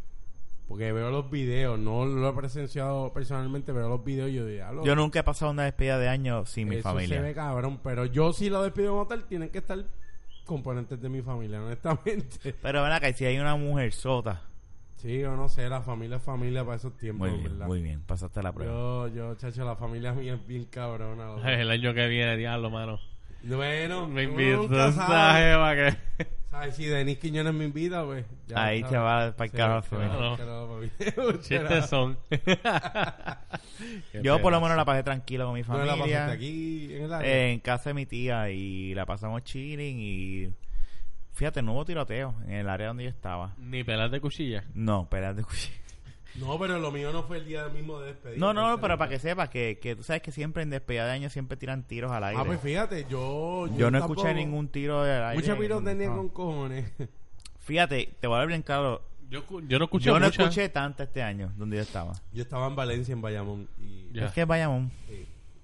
[SPEAKER 2] Porque veo los videos, no lo he presenciado personalmente, pero los videos y yo digo, "Ah, lo-
[SPEAKER 1] Yo nunca he pasado una despedida de año sin mi
[SPEAKER 2] eso
[SPEAKER 1] familia.
[SPEAKER 2] se ve cabrón, pero yo si lo despido en un hotel tienen que estar componentes de mi familia, honestamente.
[SPEAKER 1] Pero ven acá, y si hay una mujer sota
[SPEAKER 2] Sí, yo no sé, la familia es familia para esos tiempos,
[SPEAKER 1] Muy bien,
[SPEAKER 2] ¿verdad?
[SPEAKER 1] muy bien. Pasaste la prueba.
[SPEAKER 2] Yo, yo, chacho, la familia mía es bien cabrona. loco.
[SPEAKER 3] El año que viene, diablo, mano.
[SPEAKER 2] Bueno,
[SPEAKER 3] Me
[SPEAKER 2] uno
[SPEAKER 3] invito
[SPEAKER 2] nunca
[SPEAKER 3] a esa
[SPEAKER 2] sabe.
[SPEAKER 3] jeva que...
[SPEAKER 2] ¿Sabes? Si Denis Quiñones me invita, pues. ya
[SPEAKER 1] Ahí
[SPEAKER 2] sabes.
[SPEAKER 1] te va para el
[SPEAKER 2] Sí,
[SPEAKER 1] carajo.
[SPEAKER 2] te va
[SPEAKER 1] mira.
[SPEAKER 2] pa'l
[SPEAKER 3] No.
[SPEAKER 2] carajo, papi.
[SPEAKER 3] Chistes son.
[SPEAKER 1] Yo por lo menos la pasé tranquilo con mi
[SPEAKER 2] ¿No la
[SPEAKER 1] familia.
[SPEAKER 2] pasaste aquí en el área?
[SPEAKER 1] eh, en casa de mi tía y la pasamos chilling y... Fíjate, no hubo tiroteo en el área donde yo estaba.
[SPEAKER 3] Ni pelas de cuchilla.
[SPEAKER 1] No, espérate. escuché.
[SPEAKER 2] No, pero lo mío no fue el día mismo de despedida.
[SPEAKER 1] No, no, no, pero para que sepas que, que tú sabes que siempre en despedida de año siempre tiran tiros al aire.
[SPEAKER 2] Ah, pues fíjate, yo.
[SPEAKER 1] yo no
[SPEAKER 2] tampoco-
[SPEAKER 1] escuché ningún tiro al aire.
[SPEAKER 2] Mucha pirotecnia
[SPEAKER 1] No.
[SPEAKER 2] con cojones.
[SPEAKER 1] Fíjate, te voy a hablar bien claro.
[SPEAKER 3] Yo, cu- yo no escuché
[SPEAKER 1] yo no
[SPEAKER 3] mucha.
[SPEAKER 1] escuché tanta este año donde yo estaba.
[SPEAKER 2] Yo estaba en Valencia, en Bayamón. Y.
[SPEAKER 3] Ya. Ah,
[SPEAKER 1] Es que es Bayamón.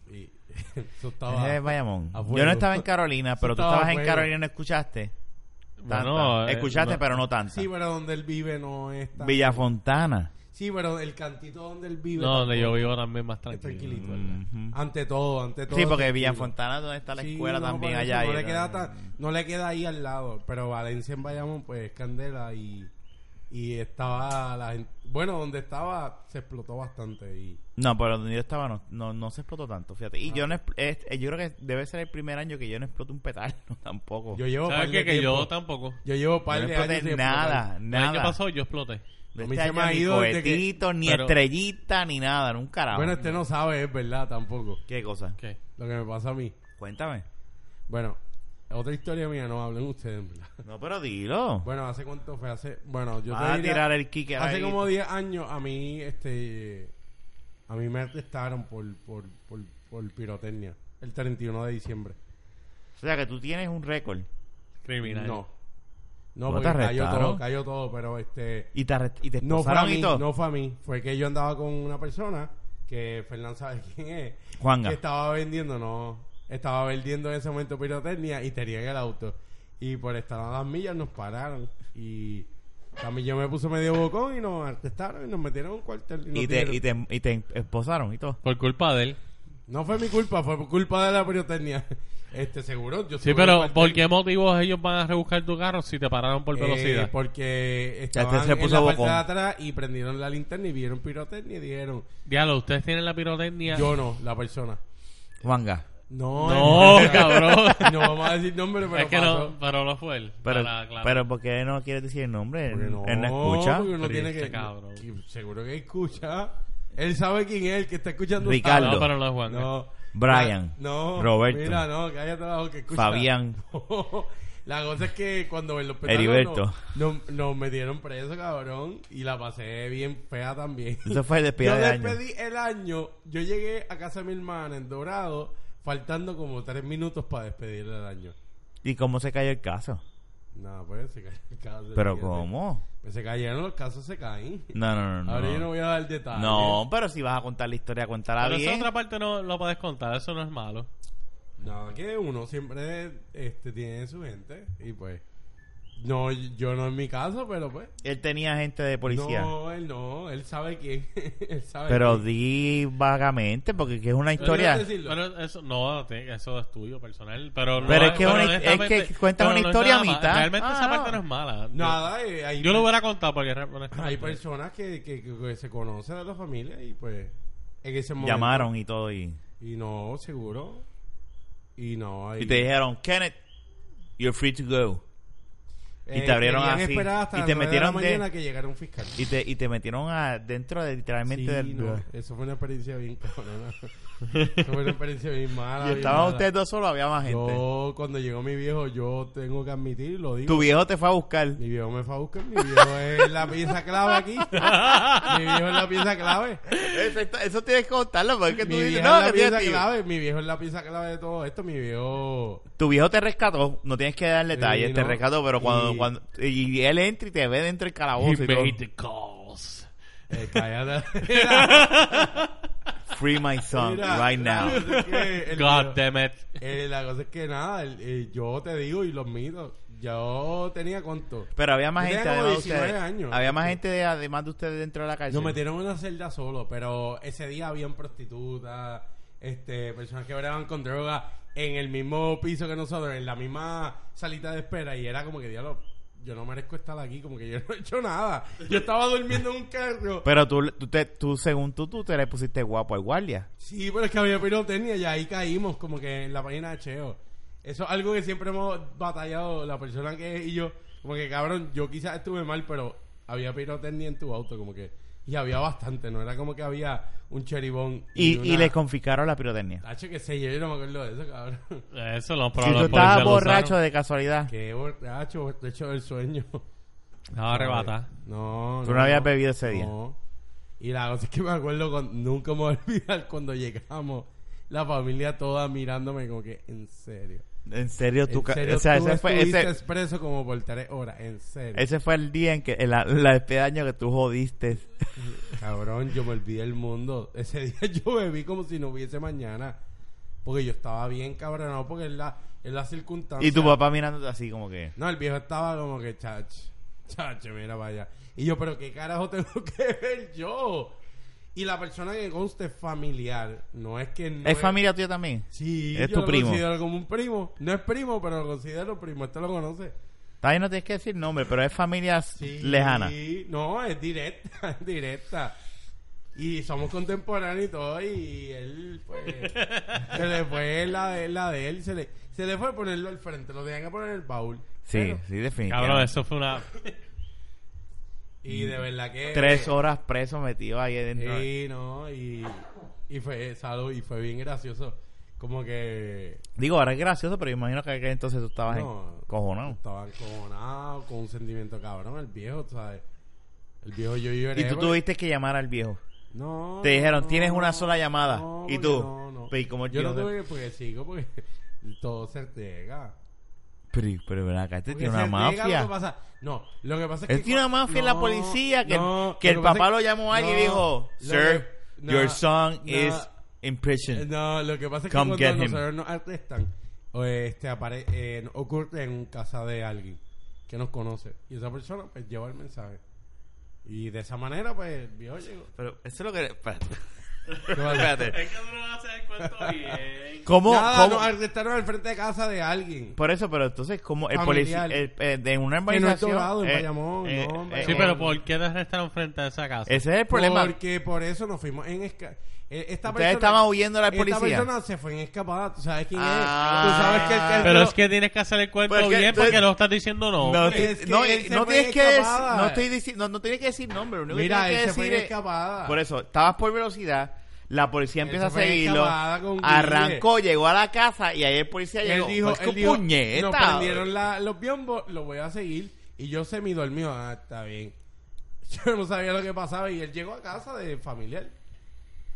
[SPEAKER 2] y- y- eso estaba.
[SPEAKER 1] es Bayamón.
[SPEAKER 2] a fuego.
[SPEAKER 1] Yo no estaba en Carolina, pero tú
[SPEAKER 2] estaba a
[SPEAKER 1] estabas en
[SPEAKER 2] fuego.
[SPEAKER 1] Carolina y no escuchaste. Tanta.
[SPEAKER 3] Bueno, eh,
[SPEAKER 1] escuchaste,
[SPEAKER 3] no-
[SPEAKER 1] pero no tanta.
[SPEAKER 2] Sí, pero donde él vive no es tan-
[SPEAKER 1] Villafontana.
[SPEAKER 2] Sí, pero el cantito donde él vive.
[SPEAKER 3] No, donde yo
[SPEAKER 2] tampoco
[SPEAKER 3] vivo también más
[SPEAKER 2] es
[SPEAKER 3] tranquilo.
[SPEAKER 2] Tranquilito.
[SPEAKER 1] Ujú.
[SPEAKER 2] Ante todo, ante todo.
[SPEAKER 1] Sí, porque
[SPEAKER 2] tranquilo.
[SPEAKER 1] Villafontana es donde está la
[SPEAKER 2] Sí,
[SPEAKER 1] escuela
[SPEAKER 2] no,
[SPEAKER 1] también
[SPEAKER 2] por eso,
[SPEAKER 1] allá.
[SPEAKER 2] No
[SPEAKER 1] y-
[SPEAKER 2] le, queda tan- no le queda ahí al lado, pero Valencia en Bayamón, pues es candela y, y estaba la gente. Bueno, donde estaba se explotó bastante. y
[SPEAKER 1] No, pero donde yo estaba no, no, no se explotó tanto, fíjate. Y yo no expl- es- eh, yo creo que debe ser el primer año que yo no exploto un petardo tampoco.
[SPEAKER 2] Yo llevo
[SPEAKER 3] ¿Sabes
[SPEAKER 2] par de
[SPEAKER 3] qué? Que yo
[SPEAKER 2] tiempo-
[SPEAKER 3] tampoco.
[SPEAKER 2] yo llevo par
[SPEAKER 1] Yo no
[SPEAKER 2] de años
[SPEAKER 1] exploté
[SPEAKER 2] sin
[SPEAKER 1] nada,
[SPEAKER 3] El año
[SPEAKER 1] nada.
[SPEAKER 3] pasó yo exploté.
[SPEAKER 1] De
[SPEAKER 2] A mí
[SPEAKER 1] este
[SPEAKER 2] se me
[SPEAKER 1] año
[SPEAKER 2] ha
[SPEAKER 1] ni
[SPEAKER 2] ido desde que-
[SPEAKER 1] cohetito, ni
[SPEAKER 3] pero-
[SPEAKER 1] estrellita, ni nada, nunca un carajo.
[SPEAKER 2] Bueno, este no sabe, es verdad, tampoco.
[SPEAKER 1] ¿Qué cosa?
[SPEAKER 3] ¿Qué?
[SPEAKER 2] Lo que me pasa a mí.
[SPEAKER 1] Cuéntame.
[SPEAKER 2] Bueno, otra historia mía, no hablen ustedes, en verdad.
[SPEAKER 1] No, pero dilo.
[SPEAKER 2] Bueno, ¿hace cuánto fue? Hace, bueno, yo
[SPEAKER 1] Vas
[SPEAKER 2] te
[SPEAKER 1] a
[SPEAKER 2] diría,
[SPEAKER 1] tirar el kicker
[SPEAKER 2] Hace
[SPEAKER 1] ahí.
[SPEAKER 2] como 10 años a mí, este, a mí me arrestaron por, por, por, por pirotecnia, el 31 de diciembre.
[SPEAKER 1] O sea que tú tienes un récord.
[SPEAKER 3] Criminal.
[SPEAKER 1] eh.
[SPEAKER 2] No. No,
[SPEAKER 1] ¿No
[SPEAKER 2] porque
[SPEAKER 1] te
[SPEAKER 2] cayó
[SPEAKER 1] arrestaron?
[SPEAKER 2] todo, cayó todo, pero este...
[SPEAKER 1] Y te, arrest- y te
[SPEAKER 2] No fue, a
[SPEAKER 1] esposaron
[SPEAKER 2] mí,
[SPEAKER 1] y todo.
[SPEAKER 2] no fue a mí, fue que yo andaba con una persona que Fernán sabe quién es.
[SPEAKER 1] Juanga.
[SPEAKER 2] Que estaba vendiendo, no, estaba vendiendo en ese momento pirotecnia y tenía en el auto. Y por estar a las millas nos pararon. Y también yo me puse medio bocón y nos arrestaron y nos metieron en un cuartel. nos
[SPEAKER 1] Y te,
[SPEAKER 2] dijeron-
[SPEAKER 1] y, te, y te esposaron y todo.
[SPEAKER 3] Por culpa de él.
[SPEAKER 2] No fue mi culpa, fue por culpa de la pirotecnia. Este, seguro. Yo
[SPEAKER 3] Sí,
[SPEAKER 2] estuve en
[SPEAKER 3] pero
[SPEAKER 2] el
[SPEAKER 3] ¿por
[SPEAKER 2] cuartel,
[SPEAKER 3] qué motivos ellos van a rebuscar tu carro si te pararon por
[SPEAKER 2] eh,
[SPEAKER 3] velocidad?
[SPEAKER 2] porque estaban
[SPEAKER 1] este se puso
[SPEAKER 2] en la parte
[SPEAKER 1] bocón.
[SPEAKER 2] de atrás y prendieron la linterna y vieron pirotecnia y dijeron,
[SPEAKER 3] Diablo, ustedes tienen la pirotecnia.
[SPEAKER 2] yo no, la persona.
[SPEAKER 1] Juanga.
[SPEAKER 2] No,
[SPEAKER 3] No,
[SPEAKER 2] hermano,
[SPEAKER 3] cabrón.
[SPEAKER 2] No vamos a decir nombre, pero
[SPEAKER 3] es que
[SPEAKER 2] pasó.
[SPEAKER 3] no, pero no fue él.
[SPEAKER 1] Pero,
[SPEAKER 3] Para- claro.
[SPEAKER 1] pero ¿por qué no quieres decir el nombre?
[SPEAKER 2] Porque
[SPEAKER 1] Él no, escucha.
[SPEAKER 2] porque uno tiene
[SPEAKER 3] Triste,
[SPEAKER 2] que-
[SPEAKER 3] cabrón.
[SPEAKER 2] que- seguro que escucha. Él sabe quién es el que está escuchando.
[SPEAKER 1] Ricardo.
[SPEAKER 3] No, pero no es
[SPEAKER 2] sabe.
[SPEAKER 3] Juan.
[SPEAKER 2] No.
[SPEAKER 1] Brian.
[SPEAKER 2] La- no.
[SPEAKER 1] Roberto.
[SPEAKER 2] Mira, no, cállate la boca, escucha.
[SPEAKER 1] Fabián.
[SPEAKER 2] La cosa es que cuando en los petardos
[SPEAKER 1] Heriberto.
[SPEAKER 2] Nos, nos- nos metieron preso, cabrón. Y la pasé bien fea también.
[SPEAKER 1] Eso fue el
[SPEAKER 2] Yo
[SPEAKER 1] despedida de año.
[SPEAKER 2] despedí el año. Yo llegué a casa de mi hermana en Dorado, faltando como tres minutos para despedir el año.
[SPEAKER 1] ¿Y cómo se cayó el caso?
[SPEAKER 2] Nada, pues se cayó el caso.
[SPEAKER 1] ¿Pero
[SPEAKER 2] fíjate.
[SPEAKER 1] cómo?
[SPEAKER 2] Pues se cayeron los casos, se caen.
[SPEAKER 1] No, no, no. no.
[SPEAKER 2] Ahora yo no voy a dar detalles.
[SPEAKER 1] No, pero si vas a contar la historia, cuéntala
[SPEAKER 3] Pero esa
[SPEAKER 1] bien.
[SPEAKER 3] otra parte no lo puedes contar, eso no es malo.
[SPEAKER 2] No, que uno siempre este, tiene su gente y pues... No, yo no en mi caso, pero pues...
[SPEAKER 1] Él tenía gente de policía.
[SPEAKER 2] No, él no, él sabe quién. él sabe
[SPEAKER 1] Pero
[SPEAKER 2] quién.
[SPEAKER 1] di vagamente, porque que es una
[SPEAKER 2] Pero
[SPEAKER 1] historia.
[SPEAKER 2] déjate decirlo.
[SPEAKER 3] Pero eso, no, te- eso es tuyo, personal. Pero, no,
[SPEAKER 1] Pero es que una- es
[SPEAKER 3] honestamente-
[SPEAKER 1] que cuentas
[SPEAKER 3] pero
[SPEAKER 1] una
[SPEAKER 3] no es
[SPEAKER 1] historia
[SPEAKER 3] nada
[SPEAKER 1] a
[SPEAKER 3] ma-
[SPEAKER 1] mitad.
[SPEAKER 3] Realmente
[SPEAKER 1] Ah,
[SPEAKER 3] esa
[SPEAKER 1] no.
[SPEAKER 3] parte no es mala.
[SPEAKER 2] Nada, eh, hay,
[SPEAKER 3] Yo, yo lo hubiera contado porque re-
[SPEAKER 2] hay
[SPEAKER 3] honestamente-
[SPEAKER 2] personas que, que- que- que se conocen de la familia y pues... En ese momento...
[SPEAKER 1] Llamaron y todo. Y,
[SPEAKER 2] Y no, seguro. Y no, hay...
[SPEAKER 1] y te dijeron, Kenneth, you're free to go. y
[SPEAKER 2] eh,
[SPEAKER 1] te abrieron
[SPEAKER 2] querían
[SPEAKER 1] así.
[SPEAKER 2] esperar hasta
[SPEAKER 1] Y
[SPEAKER 2] las
[SPEAKER 1] te
[SPEAKER 2] nueve de la
[SPEAKER 1] metieron de-
[SPEAKER 2] mañana que llegara un fiscal.
[SPEAKER 1] Y te, y te metieron a, dentro de literalmente
[SPEAKER 2] Sí,
[SPEAKER 1] del.
[SPEAKER 2] no, eso fue una experiencia bien cabrona. eso fue una experiencia bien mala.
[SPEAKER 1] Y
[SPEAKER 2] bien
[SPEAKER 1] estaban
[SPEAKER 2] mala.
[SPEAKER 1] ustedes dos solos, había más gente.
[SPEAKER 2] Yo, cuando llegó mi viejo, yo tengo que admitir, lo digo.
[SPEAKER 1] Tu viejo te fue a buscar.
[SPEAKER 2] Mi viejo me fue a buscar, mi viejo es la pieza clave aquí. mi viejo es la pieza clave.
[SPEAKER 1] Eso, está- eso tienes que contarlo, porque es que tú
[SPEAKER 2] Mi
[SPEAKER 1] dices,
[SPEAKER 2] viejo
[SPEAKER 1] no,
[SPEAKER 2] es la
[SPEAKER 1] que
[SPEAKER 2] pieza
[SPEAKER 1] tienes tío".
[SPEAKER 2] clave, mi viejo es la pieza clave de todo esto, mi viejo.
[SPEAKER 1] Tu viejo te rescató, no tienes que dar detalles,
[SPEAKER 2] Sí,
[SPEAKER 1] te
[SPEAKER 2] no.
[SPEAKER 1] rescató, pero cuando,
[SPEAKER 2] Y-
[SPEAKER 1] cuando y él entra y te ve dentro del
[SPEAKER 3] He
[SPEAKER 1] calabozo y todo.
[SPEAKER 3] made the calls.
[SPEAKER 2] Eh, cállate.
[SPEAKER 1] Free my son
[SPEAKER 2] Mira,
[SPEAKER 1] right now.
[SPEAKER 2] La cosa es que el
[SPEAKER 3] God
[SPEAKER 2] viejo-
[SPEAKER 3] damn it.
[SPEAKER 2] eh, la cosa es que nada, el- eh, yo te digo y los mito. Yo tenía cuánto.
[SPEAKER 1] Pero había más
[SPEAKER 2] Yo
[SPEAKER 1] gente
[SPEAKER 2] tenía como
[SPEAKER 1] además de
[SPEAKER 2] 19
[SPEAKER 1] ustedes.
[SPEAKER 2] años.
[SPEAKER 1] Había más gente de- además de ustedes dentro de la calle.
[SPEAKER 2] Nos metieron en una celda solo, pero ese día habían prostitutas, este, personas que bregaban con droga en el mismo piso que nosotros, en la misma salita de espera, y era como que diablo, yo no merezco estar aquí, como que yo no he hecho nada. Yo estaba durmiendo en un carro.
[SPEAKER 1] Pero tú, tú, te- tú, según tú, tú te le pusiste guapo al guardia.
[SPEAKER 2] Sí, pero es que había pirotecnia y ahí caímos como que en la página de Cheo. Eso es algo que siempre hemos batallado la persona que es y yo. Como que cabrón, yo quizás estuve mal, pero había pirotecnia en tu auto, como que. Y había bastante, no era como que había un cheribón.
[SPEAKER 1] Y, y,
[SPEAKER 2] una- Ah,
[SPEAKER 1] le confiscaron la pirotecnia.
[SPEAKER 2] Tacho, que se yo no me acuerdo de eso, cabrón.
[SPEAKER 3] Eso lo
[SPEAKER 1] Si
[SPEAKER 3] probablemente
[SPEAKER 1] tú
[SPEAKER 3] los policías
[SPEAKER 1] estabas
[SPEAKER 3] lo
[SPEAKER 1] borracho
[SPEAKER 3] usaron.
[SPEAKER 1] de casualidad,
[SPEAKER 2] Qué borracho, borracho del sueño.
[SPEAKER 3] Estaba arrebata.
[SPEAKER 2] No,
[SPEAKER 1] Tú no habías bebido ese día.
[SPEAKER 2] no. Y la cosa es que me acuerdo, con- nunca me voy a olvidar cuando llegamos, la familia toda mirándome como que, en serio.
[SPEAKER 1] en serio, tú,
[SPEAKER 2] En
[SPEAKER 1] ca-
[SPEAKER 2] serio,
[SPEAKER 1] o sea,
[SPEAKER 2] tú
[SPEAKER 1] ese fue,
[SPEAKER 2] estuviste
[SPEAKER 1] ese,
[SPEAKER 2] expreso como por tres horas, en serio.
[SPEAKER 1] ese fue el día en que, el, la despedida de año que tú jodiste.
[SPEAKER 2] Cabrón, yo me olvidé el mundo. Ese día yo bebí como si no hubiese mañana. Porque yo estaba bien cabronado, porque es la, es la circunstancia.
[SPEAKER 1] Y tu papá mirándote así como que...
[SPEAKER 2] No, el viejo estaba como que, chacho, chacho, mira, vaya. Y yo, pero qué carajo tengo que ver yo. Y la persona que conste es familiar, no es que no
[SPEAKER 1] ¿Es familia tuya también?
[SPEAKER 2] Sí,
[SPEAKER 1] Es
[SPEAKER 2] yo
[SPEAKER 1] tu
[SPEAKER 2] lo
[SPEAKER 1] primo.
[SPEAKER 2] considero como un primo. No es primo, pero lo considero primo. Este lo conoce.
[SPEAKER 1] También no tienes que decir nombre, pero es familia
[SPEAKER 2] Sí,
[SPEAKER 1] lejana.
[SPEAKER 2] No, es directa, es directa. Y somos contemporáneos y todo, y él, pues, se le fue la de, la de él, se le, se le fue ponerlo al frente, lo tenían que poner en el baúl.
[SPEAKER 1] Sí,
[SPEAKER 2] Pero-
[SPEAKER 1] sí, definitivamente.
[SPEAKER 3] Cabrón, eso fue una...
[SPEAKER 2] y de verdad que...
[SPEAKER 1] Tres horas preso metido ahí dentro.
[SPEAKER 2] eh, Sí, no, y, y fue salud, y fue bien gracioso. Como que
[SPEAKER 1] Digo, ahora es gracioso, pero yo imagino que aquel entonces tú estabas
[SPEAKER 2] No.
[SPEAKER 1] en cojonado.
[SPEAKER 2] estaba encojonado, con un sentimiento cabrón, el viejo, ¿sabes? El viejo yo lloré.
[SPEAKER 1] Y tú
[SPEAKER 2] porque-
[SPEAKER 1] tuviste que llamar al viejo.
[SPEAKER 2] No.
[SPEAKER 1] Te dijeron,
[SPEAKER 2] no,
[SPEAKER 1] tienes una sola llamada.
[SPEAKER 2] no,
[SPEAKER 1] y
[SPEAKER 2] porque
[SPEAKER 1] tú,
[SPEAKER 2] no, no.
[SPEAKER 1] pero ¿y cómo el
[SPEAKER 2] Yo no
[SPEAKER 1] tío se-
[SPEAKER 2] tuve que, porque chico, porque todo se llega.
[SPEAKER 1] Pero, pero ven acá, este
[SPEAKER 2] Porque
[SPEAKER 1] tiene
[SPEAKER 2] se
[SPEAKER 1] una
[SPEAKER 2] llega, lo
[SPEAKER 1] mafia.
[SPEAKER 2] que pasa- no, lo que pasa es que.
[SPEAKER 1] Él tiene una mafia en la
[SPEAKER 2] no,
[SPEAKER 1] policía que,
[SPEAKER 2] no,
[SPEAKER 1] que el
[SPEAKER 2] pasa
[SPEAKER 1] papá
[SPEAKER 2] es-
[SPEAKER 1] lo llamó ahí
[SPEAKER 2] no,
[SPEAKER 1] y dijo,
[SPEAKER 2] lo
[SPEAKER 1] Sir,
[SPEAKER 2] que- no,
[SPEAKER 1] your son
[SPEAKER 2] no,
[SPEAKER 1] is in prison.
[SPEAKER 2] Eh, No, lo que pasa es que
[SPEAKER 1] Come get
[SPEAKER 2] cuando
[SPEAKER 1] him.
[SPEAKER 2] nosotros nos arrestan, o, este, apare- eh, nos ocurre en casa de alguien que nos conoce. Y esa persona, pues, lleva el mensaje. Y de esa manera, pues, el viejo llegó.
[SPEAKER 1] Pero eso es lo que... Espérate.
[SPEAKER 2] ¿Qué pasa?
[SPEAKER 1] Espérate.
[SPEAKER 3] Es que no hace el cuento bien.
[SPEAKER 1] ¿Cómo,
[SPEAKER 2] Nada,
[SPEAKER 1] cómo- Pues,
[SPEAKER 2] nos arrestaron al frente de casa de alguien.
[SPEAKER 1] Por eso, pero entonces, como el policía.
[SPEAKER 2] Familiar.
[SPEAKER 1] El, eh, de una
[SPEAKER 2] Que no es
[SPEAKER 1] urbanización.
[SPEAKER 2] dorado, en
[SPEAKER 1] eh, eh,
[SPEAKER 2] Bayamón, no, en
[SPEAKER 1] eh,
[SPEAKER 2] Bayamón.
[SPEAKER 3] Sí, pero ¿por qué te arrestaron frente a esa casa?
[SPEAKER 1] Ese es el problema.
[SPEAKER 2] Porque por eso nos fuimos en escapada. Esta
[SPEAKER 1] Ustedes
[SPEAKER 2] persona,
[SPEAKER 1] estaban huyendo a la policía.
[SPEAKER 2] Esta persona se fue en escapada. Tú sabes quién
[SPEAKER 1] Ah.
[SPEAKER 2] es. Tú sabes que el carro-
[SPEAKER 3] Pero es que tienes que hacer el cuento
[SPEAKER 1] Pues que-
[SPEAKER 3] bien porque
[SPEAKER 1] entonces-
[SPEAKER 3] lo estás diciendo no.
[SPEAKER 1] No,
[SPEAKER 2] es
[SPEAKER 1] ti-
[SPEAKER 2] que
[SPEAKER 1] no,
[SPEAKER 2] él
[SPEAKER 1] eh,
[SPEAKER 2] se
[SPEAKER 1] no
[SPEAKER 2] fue
[SPEAKER 1] tienes que decir,
[SPEAKER 2] escapada.
[SPEAKER 1] no estoy diciendo, no, no tienes que decir nombre, lo único que
[SPEAKER 2] Mira, él
[SPEAKER 1] tienes
[SPEAKER 2] se
[SPEAKER 1] que
[SPEAKER 2] fue
[SPEAKER 1] decir
[SPEAKER 2] en
[SPEAKER 1] es-
[SPEAKER 2] escapada.
[SPEAKER 1] por eso, estabas por velocidad, la policía
[SPEAKER 2] Él
[SPEAKER 1] empieza a
[SPEAKER 2] se fue en
[SPEAKER 1] seguirlo,
[SPEAKER 2] escapada con Guille.
[SPEAKER 1] arrancó, llegó a la casa y ahí el policía
[SPEAKER 2] él
[SPEAKER 1] llegó,
[SPEAKER 2] dijo,
[SPEAKER 1] "Pues,
[SPEAKER 2] él
[SPEAKER 1] qué
[SPEAKER 2] dijo,
[SPEAKER 1] puñeta".
[SPEAKER 2] nos prendieron la- los biombos, lo voy a seguir. Y yo semi dormido. Ah, está bien. Yo no sabía lo que pasaba. Y él llegó a casa de familiar.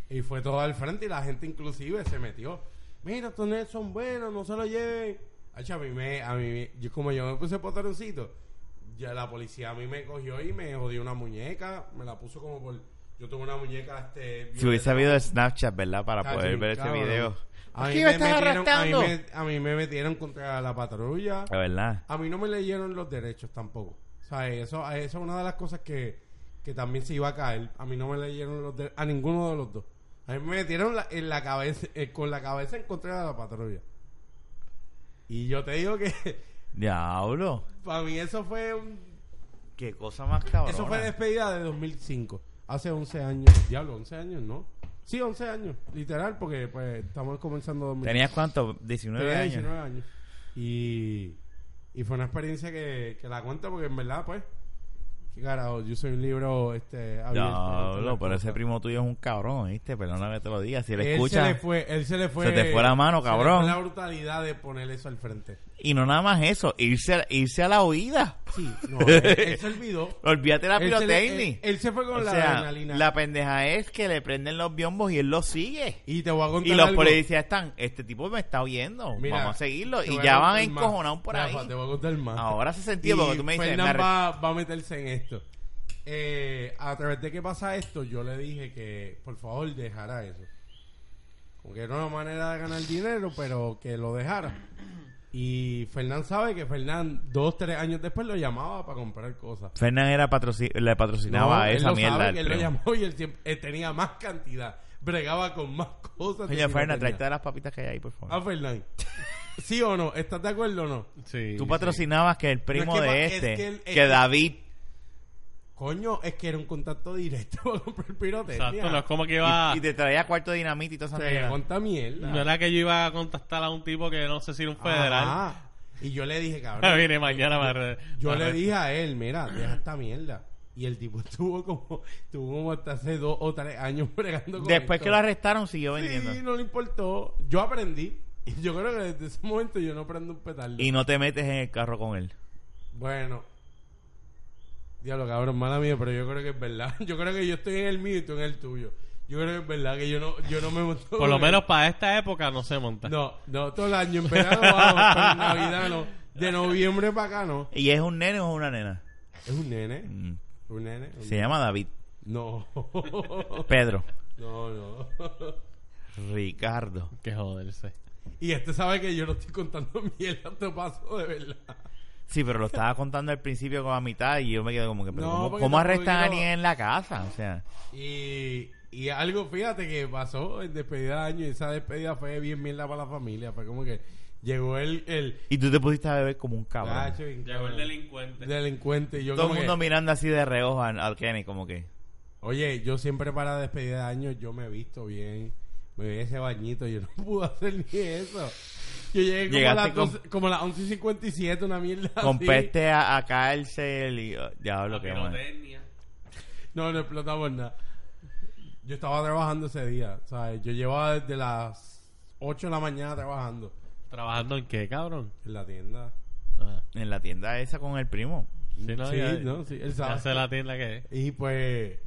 [SPEAKER 2] Y fue todo al frente. Y la gente inclusive se metió. Mira, estos nerds son buenos, no se lo lleven. Hacho, a mí me, a mí me- yo, como yo me puse potaroncito, ya la policía a mí me cogió y me jodió una muñeca. Me la puso como por. Yo tuve una muñeca este.
[SPEAKER 1] Si hubiese habido Snapchat, ¿verdad? Para
[SPEAKER 2] Cacho,
[SPEAKER 1] poder ver este
[SPEAKER 2] cabrón.
[SPEAKER 1] video.
[SPEAKER 2] A
[SPEAKER 1] ¿Por
[SPEAKER 2] mí,
[SPEAKER 1] qué
[SPEAKER 2] me
[SPEAKER 1] me estás
[SPEAKER 2] metieron- a mí
[SPEAKER 1] arrastrando?
[SPEAKER 2] me- a mí me metieron contra la patrulla.
[SPEAKER 1] La verdad.
[SPEAKER 2] A mí no me leyeron los derechos tampoco. O sea, eso, eso es una de las cosas que, que también se iba a caer. A mí no me leyeron los de- a ninguno de los dos. A mí me metieron la- en la cabeza, eh, con la cabeza en contra de la patrulla. Y yo te digo que
[SPEAKER 1] Diablo.
[SPEAKER 2] para mí eso fue un-
[SPEAKER 1] Qué cosa más cabrona.
[SPEAKER 2] eso fue despedida de 2005. Hace 11 años. Diablo, 11 años, ¿no? Sí, 11 años. Literal, porque pues estamos comenzando 2005.
[SPEAKER 1] ¿Tenías cuánto? 19
[SPEAKER 2] Tenía
[SPEAKER 1] años.
[SPEAKER 2] 19 años. Y, y fue una experiencia que, que la cuento porque en verdad, pues, qué carajo, yo soy un libro este, abierto.
[SPEAKER 1] No,
[SPEAKER 2] entre
[SPEAKER 1] no,
[SPEAKER 2] las
[SPEAKER 1] pero ese
[SPEAKER 2] cosas.
[SPEAKER 1] primo tuyo es un cabrón, ¿viste? Perdona que te lo diga. Si le
[SPEAKER 2] Él
[SPEAKER 1] escuchas.
[SPEAKER 2] se le fue, él se le fue.
[SPEAKER 1] se te fue la mano,
[SPEAKER 2] se le
[SPEAKER 1] cabrón.
[SPEAKER 2] fue la brutalidad de poner eso al frente.
[SPEAKER 1] Y no nada más eso, irse a, irse a la oída.
[SPEAKER 2] Sí, no, él, él se olvidó.
[SPEAKER 1] Olvídate la
[SPEAKER 2] Él se le-
[SPEAKER 1] pirotecnia.
[SPEAKER 2] él- él se fue con
[SPEAKER 1] O
[SPEAKER 2] la
[SPEAKER 1] sea,
[SPEAKER 2] adrenalina.
[SPEAKER 1] La pendeja es que le prenden los biombos y él los sigue.
[SPEAKER 2] Y te voy a contar
[SPEAKER 1] Y los
[SPEAKER 2] algo.
[SPEAKER 1] policías están, este tipo me está oyendo,
[SPEAKER 2] Mira,
[SPEAKER 1] vamos a seguirlo.
[SPEAKER 2] te
[SPEAKER 1] Y
[SPEAKER 2] voy a
[SPEAKER 1] ya
[SPEAKER 2] contar
[SPEAKER 1] van
[SPEAKER 2] más.
[SPEAKER 1] encojonados por ahí. Ah,
[SPEAKER 2] Rafa, te voy a contar más.
[SPEAKER 1] Ahora se sentía porque tú me dices,
[SPEAKER 2] Fernan
[SPEAKER 1] me arre-
[SPEAKER 2] va, va a meterse en esto. Eh, a través de qué pasa esto, yo le dije que por favor dejara eso. Como que era una manera de ganar dinero, pero que lo dejara. Y Fernán sabe que Fernán, dos, tres años después, lo llamaba para comprar cosas.
[SPEAKER 1] Fernán era patroci- le patrocinaba
[SPEAKER 2] No,
[SPEAKER 1] a
[SPEAKER 2] él
[SPEAKER 1] esa
[SPEAKER 2] lo
[SPEAKER 1] mierda.
[SPEAKER 2] sabe,
[SPEAKER 1] al
[SPEAKER 2] que él lo
[SPEAKER 1] primo.
[SPEAKER 2] llamó y él, siempre- él tenía más cantidad. bregaba con más cosas. que si
[SPEAKER 1] Oye,
[SPEAKER 2] no
[SPEAKER 1] Fernan,
[SPEAKER 2] tenía.
[SPEAKER 1] tráete de las papitas que hay ahí, por favor.
[SPEAKER 2] Ah, Fernan. ¿Sí o no? ¿Estás de acuerdo o no?
[SPEAKER 3] Sí,
[SPEAKER 1] Tú
[SPEAKER 3] sí.
[SPEAKER 1] patrocinabas que el primo
[SPEAKER 2] No, es
[SPEAKER 1] de
[SPEAKER 2] que pa- es
[SPEAKER 1] este,
[SPEAKER 2] que
[SPEAKER 1] que,
[SPEAKER 2] el- es que-
[SPEAKER 1] David,
[SPEAKER 2] Coño, es que era un contacto directo para comprar pirotecnia.
[SPEAKER 3] Exacto, no es como que
[SPEAKER 1] y-
[SPEAKER 3] iba.
[SPEAKER 1] y, te traía cuarto de dinamita y toda esa
[SPEAKER 2] Te
[SPEAKER 1] mierda.
[SPEAKER 2] conta mierda.
[SPEAKER 3] No era que yo iba a contactar a un tipo que no sé si era un federal.
[SPEAKER 2] Ajá. Y yo le dije,
[SPEAKER 3] Ahora
[SPEAKER 2] cabrón.
[SPEAKER 3] viene mañana para.
[SPEAKER 2] Ah, yo
[SPEAKER 3] para-
[SPEAKER 2] le dije a él, mira, deja esta mierda. Y el tipo estuvo como, estuvo como hasta hace dos o tres años bregando con
[SPEAKER 1] Después
[SPEAKER 2] esto.
[SPEAKER 1] que lo arrestaron, siguió vendiendo.
[SPEAKER 2] Sí, no le importó. Yo aprendí. Y yo creo que desde ese momento yo no prendo un petardo.
[SPEAKER 1] Y no te metes en el carro con él.
[SPEAKER 2] Bueno. Diablo, cabrón, mala mía, pero yo creo que es verdad. Yo creo que yo estoy en el mío y tú en el tuyo. Yo creo que es verdad que yo no, yo no me monto.
[SPEAKER 3] Por lo menos para esta época no se monta.
[SPEAKER 2] No, no, todo el año. En verano vamos, pero en Navidad no. De noviembre para acá no.
[SPEAKER 1] ¿Y es un nene o es una nena?
[SPEAKER 2] Es un nene.
[SPEAKER 1] Mm.
[SPEAKER 2] Un nene. un-
[SPEAKER 1] Se llama David.
[SPEAKER 2] No.
[SPEAKER 1] Pedro.
[SPEAKER 2] No, no.
[SPEAKER 1] Ricardo.
[SPEAKER 3] Que joderse.
[SPEAKER 2] Y este sabe que yo no estoy contando mierda, te paso de verdad.
[SPEAKER 1] Sí, pero lo estaba contando al principio con la mitad y yo me quedé como que, pero
[SPEAKER 2] No,
[SPEAKER 1] ¿cómo,
[SPEAKER 2] porque
[SPEAKER 1] cómo
[SPEAKER 2] tampoco
[SPEAKER 1] arrestan a
[SPEAKER 2] quiero-
[SPEAKER 1] alguien en la casa? O sea,
[SPEAKER 2] Y, y algo, fíjate que pasó en despedida de año y esa despedida fue bien mierda para la familia. Fue como que llegó el, el
[SPEAKER 1] y tú te pusiste a beber como un cabrón.
[SPEAKER 2] gacho y-
[SPEAKER 3] delincuente.
[SPEAKER 2] delincuente. Y yo
[SPEAKER 1] Todo el
[SPEAKER 2] como
[SPEAKER 1] mundo
[SPEAKER 2] que,
[SPEAKER 1] mirando así de reojo a- al Kenny, como que.
[SPEAKER 2] oye, yo siempre para despedida de año yo me he visto bien. Me vi ese bañito, yo no pude hacer ni eso. Yo llegué como a
[SPEAKER 1] Llegaste
[SPEAKER 2] las,
[SPEAKER 1] con-
[SPEAKER 2] 12 como a las 11.57, una mierda
[SPEAKER 1] Con
[SPEAKER 2] así.
[SPEAKER 1] peste a, a cárcel y. oh, Diablo, que mal.
[SPEAKER 2] No, no explotamos nada. Yo estaba trabajando ese día, ¿sabes? Yo llevaba desde las 8 de la mañana trabajando
[SPEAKER 3] ¿Trabajando en qué, cabrón?
[SPEAKER 2] en la tienda.
[SPEAKER 3] Ah,
[SPEAKER 1] En la tienda esa con el primo.
[SPEAKER 3] sí, no,
[SPEAKER 2] sí,
[SPEAKER 3] ya,
[SPEAKER 2] no, sí, él
[SPEAKER 3] ya
[SPEAKER 2] sabe.
[SPEAKER 3] sé la tienda que es.
[SPEAKER 2] Y pues,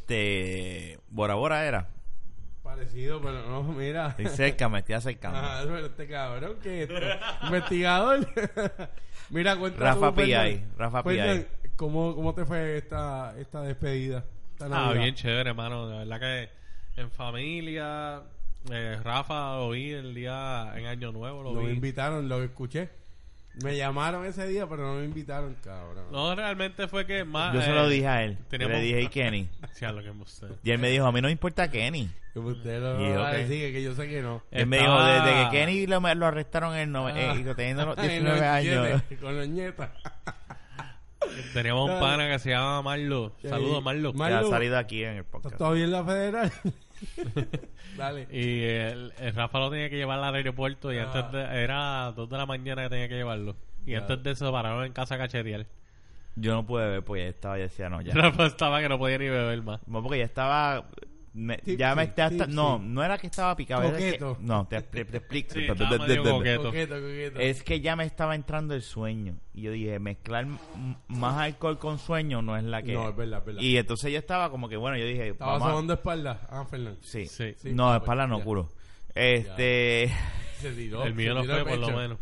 [SPEAKER 1] Este. Bora Bora era.
[SPEAKER 2] parecido, pero no, mira.
[SPEAKER 1] Estoy cerca, me estoy acercando.
[SPEAKER 2] Ah, pero este cabrón que es esto? investigador. mira, cuenta
[SPEAKER 1] Rafa
[SPEAKER 2] tú, Fernan.
[SPEAKER 1] P.I., Rafa
[SPEAKER 2] Fernan, ¿cómo, ¿Cómo te fue esta, esta despedida? Esta
[SPEAKER 3] Ah,
[SPEAKER 2] Navidad?
[SPEAKER 3] bien chévere, hermano. La verdad que en familia. eh, Rafa lo vi el día en Año Nuevo. Lo
[SPEAKER 2] Lo
[SPEAKER 3] vi.
[SPEAKER 2] invitaron, lo escuché. Me llamaron ese día, pero no me invitaron, cabrón.
[SPEAKER 3] No, realmente fue que más.
[SPEAKER 1] Yo se
[SPEAKER 3] eh,
[SPEAKER 1] lo dije a él. Yo
[SPEAKER 3] tenemos-
[SPEAKER 1] le dije, ¿y Kenny?
[SPEAKER 3] Sí, a lo que usted.
[SPEAKER 1] Y él me dijo, a mí no me importa Kenny.
[SPEAKER 2] Que usted lo
[SPEAKER 1] Y yo,
[SPEAKER 2] va a
[SPEAKER 1] ¿qué?
[SPEAKER 2] decir, que yo sé que no.
[SPEAKER 1] Él me dijo,
[SPEAKER 3] Estaba- Ah.
[SPEAKER 1] desde que Kenny lo, lo arrestaron en el no, eh, y teniendo
[SPEAKER 2] Ay,
[SPEAKER 1] 19
[SPEAKER 2] no,
[SPEAKER 1] años.
[SPEAKER 2] tiene, Con los nietas.
[SPEAKER 3] Teníamos un pana que se llama Marlo.
[SPEAKER 2] Sí.
[SPEAKER 3] Saludos, Marlo.
[SPEAKER 1] que
[SPEAKER 2] Marlo,
[SPEAKER 1] ha salido aquí en el
[SPEAKER 2] ¿Estás
[SPEAKER 1] podcast.
[SPEAKER 2] todavía en la federal? Dale.
[SPEAKER 3] Y el, el Rafa lo tenía que llevar al aeropuerto y
[SPEAKER 2] Ah.
[SPEAKER 3] antes de, era 2 de la mañana que tenía que llevarlo. Y
[SPEAKER 2] Ya.
[SPEAKER 3] antes de eso pararon en casa a cachetear.
[SPEAKER 1] Yo no pude ver, pues ya estaba, ya decía, no, ya.
[SPEAKER 3] Rafa estaba que no podía ni beber más.
[SPEAKER 1] No, porque ya estaba. me-
[SPEAKER 2] Tipsy,
[SPEAKER 1] ya me está,
[SPEAKER 2] tipsy.
[SPEAKER 1] No, no era que estaba picado. era que-
[SPEAKER 2] Coqueto.
[SPEAKER 1] no, te, te- te explico.
[SPEAKER 3] Sí, estaba medio coqueto.
[SPEAKER 2] Coqueto, coqueto.
[SPEAKER 1] Es que ya me estaba entrando el sueño. Y yo dije, mezclar m- más alcohol con sueño no es la que.
[SPEAKER 2] No, es verdad, es verdad.
[SPEAKER 1] Y entonces yo estaba como que, bueno, yo dije,
[SPEAKER 2] Estaba
[SPEAKER 1] vamos a-
[SPEAKER 2] sobando espalda. Ah, Fernando.
[SPEAKER 1] Sí.
[SPEAKER 3] Sí.
[SPEAKER 2] Sí,
[SPEAKER 1] No,
[SPEAKER 2] pues,
[SPEAKER 1] espalda no,
[SPEAKER 2] ya.
[SPEAKER 1] culo. Este.
[SPEAKER 2] Se tiró.
[SPEAKER 3] el mío
[SPEAKER 2] se
[SPEAKER 3] no
[SPEAKER 2] tiró
[SPEAKER 3] fue,
[SPEAKER 2] de
[SPEAKER 3] por lo
[SPEAKER 2] pecho.
[SPEAKER 3] menos.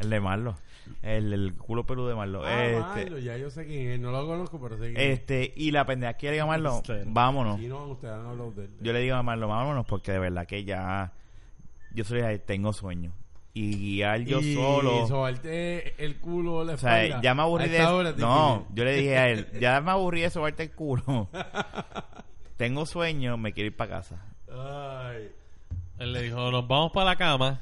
[SPEAKER 1] El de Marlo. El, el culo peludo de Marlo.
[SPEAKER 2] Ah,
[SPEAKER 1] este,
[SPEAKER 2] Marlo, ya yo sé quién es. No lo conozco, pero sé quién es.
[SPEAKER 1] este, y la pendeja quiere llamarlo.
[SPEAKER 3] Usted.
[SPEAKER 1] Vámonos.
[SPEAKER 2] Y no, ustedes han hablado de él.
[SPEAKER 1] Yo le digo a Marlo, vámonos, porque de verdad que ya. Yo soy tengo sueño. Y guiar yo
[SPEAKER 2] y
[SPEAKER 1] solo.
[SPEAKER 2] sobarte el culo la
[SPEAKER 1] O sea,
[SPEAKER 2] espalda.
[SPEAKER 1] ya me aburrí
[SPEAKER 2] A
[SPEAKER 1] de
[SPEAKER 2] esta
[SPEAKER 1] eso.
[SPEAKER 2] hora es
[SPEAKER 1] No,
[SPEAKER 2] difícil.
[SPEAKER 1] yo le dije a él, ya me aburrí de sobarte el culo. Tengo sueño, me quiero ir para casa.
[SPEAKER 2] Ay.
[SPEAKER 3] Él le dijo, nos vamos para la cama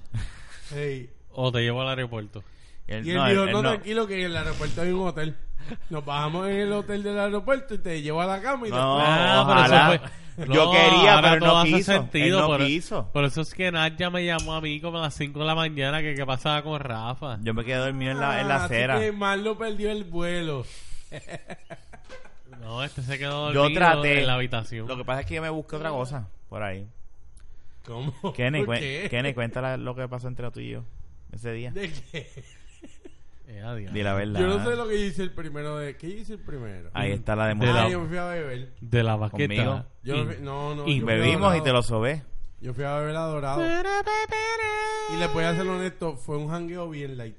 [SPEAKER 2] Hey.
[SPEAKER 3] o te llevo al aeropuerto.
[SPEAKER 1] Y él,
[SPEAKER 2] Y él
[SPEAKER 1] no,
[SPEAKER 2] dijo,
[SPEAKER 1] él- él
[SPEAKER 2] no,
[SPEAKER 1] no.
[SPEAKER 2] tranquilo, que en el aeropuerto hay un hotel. Nos bajamos en el hotel del aeropuerto y te llevo a la cama y
[SPEAKER 1] No,
[SPEAKER 2] después...
[SPEAKER 3] Ah, pero
[SPEAKER 1] ojalá.
[SPEAKER 3] eso fue-
[SPEAKER 1] Yo
[SPEAKER 3] No,
[SPEAKER 1] quería,
[SPEAKER 3] ahora
[SPEAKER 1] pero
[SPEAKER 3] todo
[SPEAKER 1] no
[SPEAKER 3] hace
[SPEAKER 1] quiso.
[SPEAKER 3] sentido,
[SPEAKER 1] él no
[SPEAKER 3] por,
[SPEAKER 1] quiso.
[SPEAKER 3] por eso es que Nadia me llamó a mí como a las 5 de la mañana que qué pasaba con Rafa.
[SPEAKER 1] Yo me quedé dormido en la, en la
[SPEAKER 2] Ah, así
[SPEAKER 1] acera.
[SPEAKER 2] que Marlo perdió el vuelo.
[SPEAKER 3] No, este se quedó
[SPEAKER 1] Yo
[SPEAKER 3] dormido
[SPEAKER 1] traté.
[SPEAKER 3] en la habitación.
[SPEAKER 1] Lo que pasa es que yo me busqué otra cosa por ahí.
[SPEAKER 2] ¿Cómo?
[SPEAKER 1] Kenny,
[SPEAKER 2] ¿Por
[SPEAKER 1] cuen-
[SPEAKER 2] qué?
[SPEAKER 1] Kenny, cuéntala lo que pasó entre tú y yo ese día.
[SPEAKER 2] ¿De qué?
[SPEAKER 3] Eh, adiós.
[SPEAKER 1] Di la verdad.
[SPEAKER 2] Yo no sé lo que yo hice el primero de... ¿Qué yo hice el primero?
[SPEAKER 1] Ahí está la
[SPEAKER 2] Ah,
[SPEAKER 3] De
[SPEAKER 1] demostrada.
[SPEAKER 3] la-
[SPEAKER 2] yo me fui a beber.
[SPEAKER 3] De la baqueta.
[SPEAKER 1] Conmigo.
[SPEAKER 2] Yo
[SPEAKER 3] Y-
[SPEAKER 2] me fui- No, no.
[SPEAKER 3] y
[SPEAKER 2] yo fui a
[SPEAKER 1] Bebimos y
[SPEAKER 2] Dorado.
[SPEAKER 1] te lo sobé.
[SPEAKER 2] Yo fui a beber a Dorado. Y les voy a ser honesto, fue un hangueo bien light.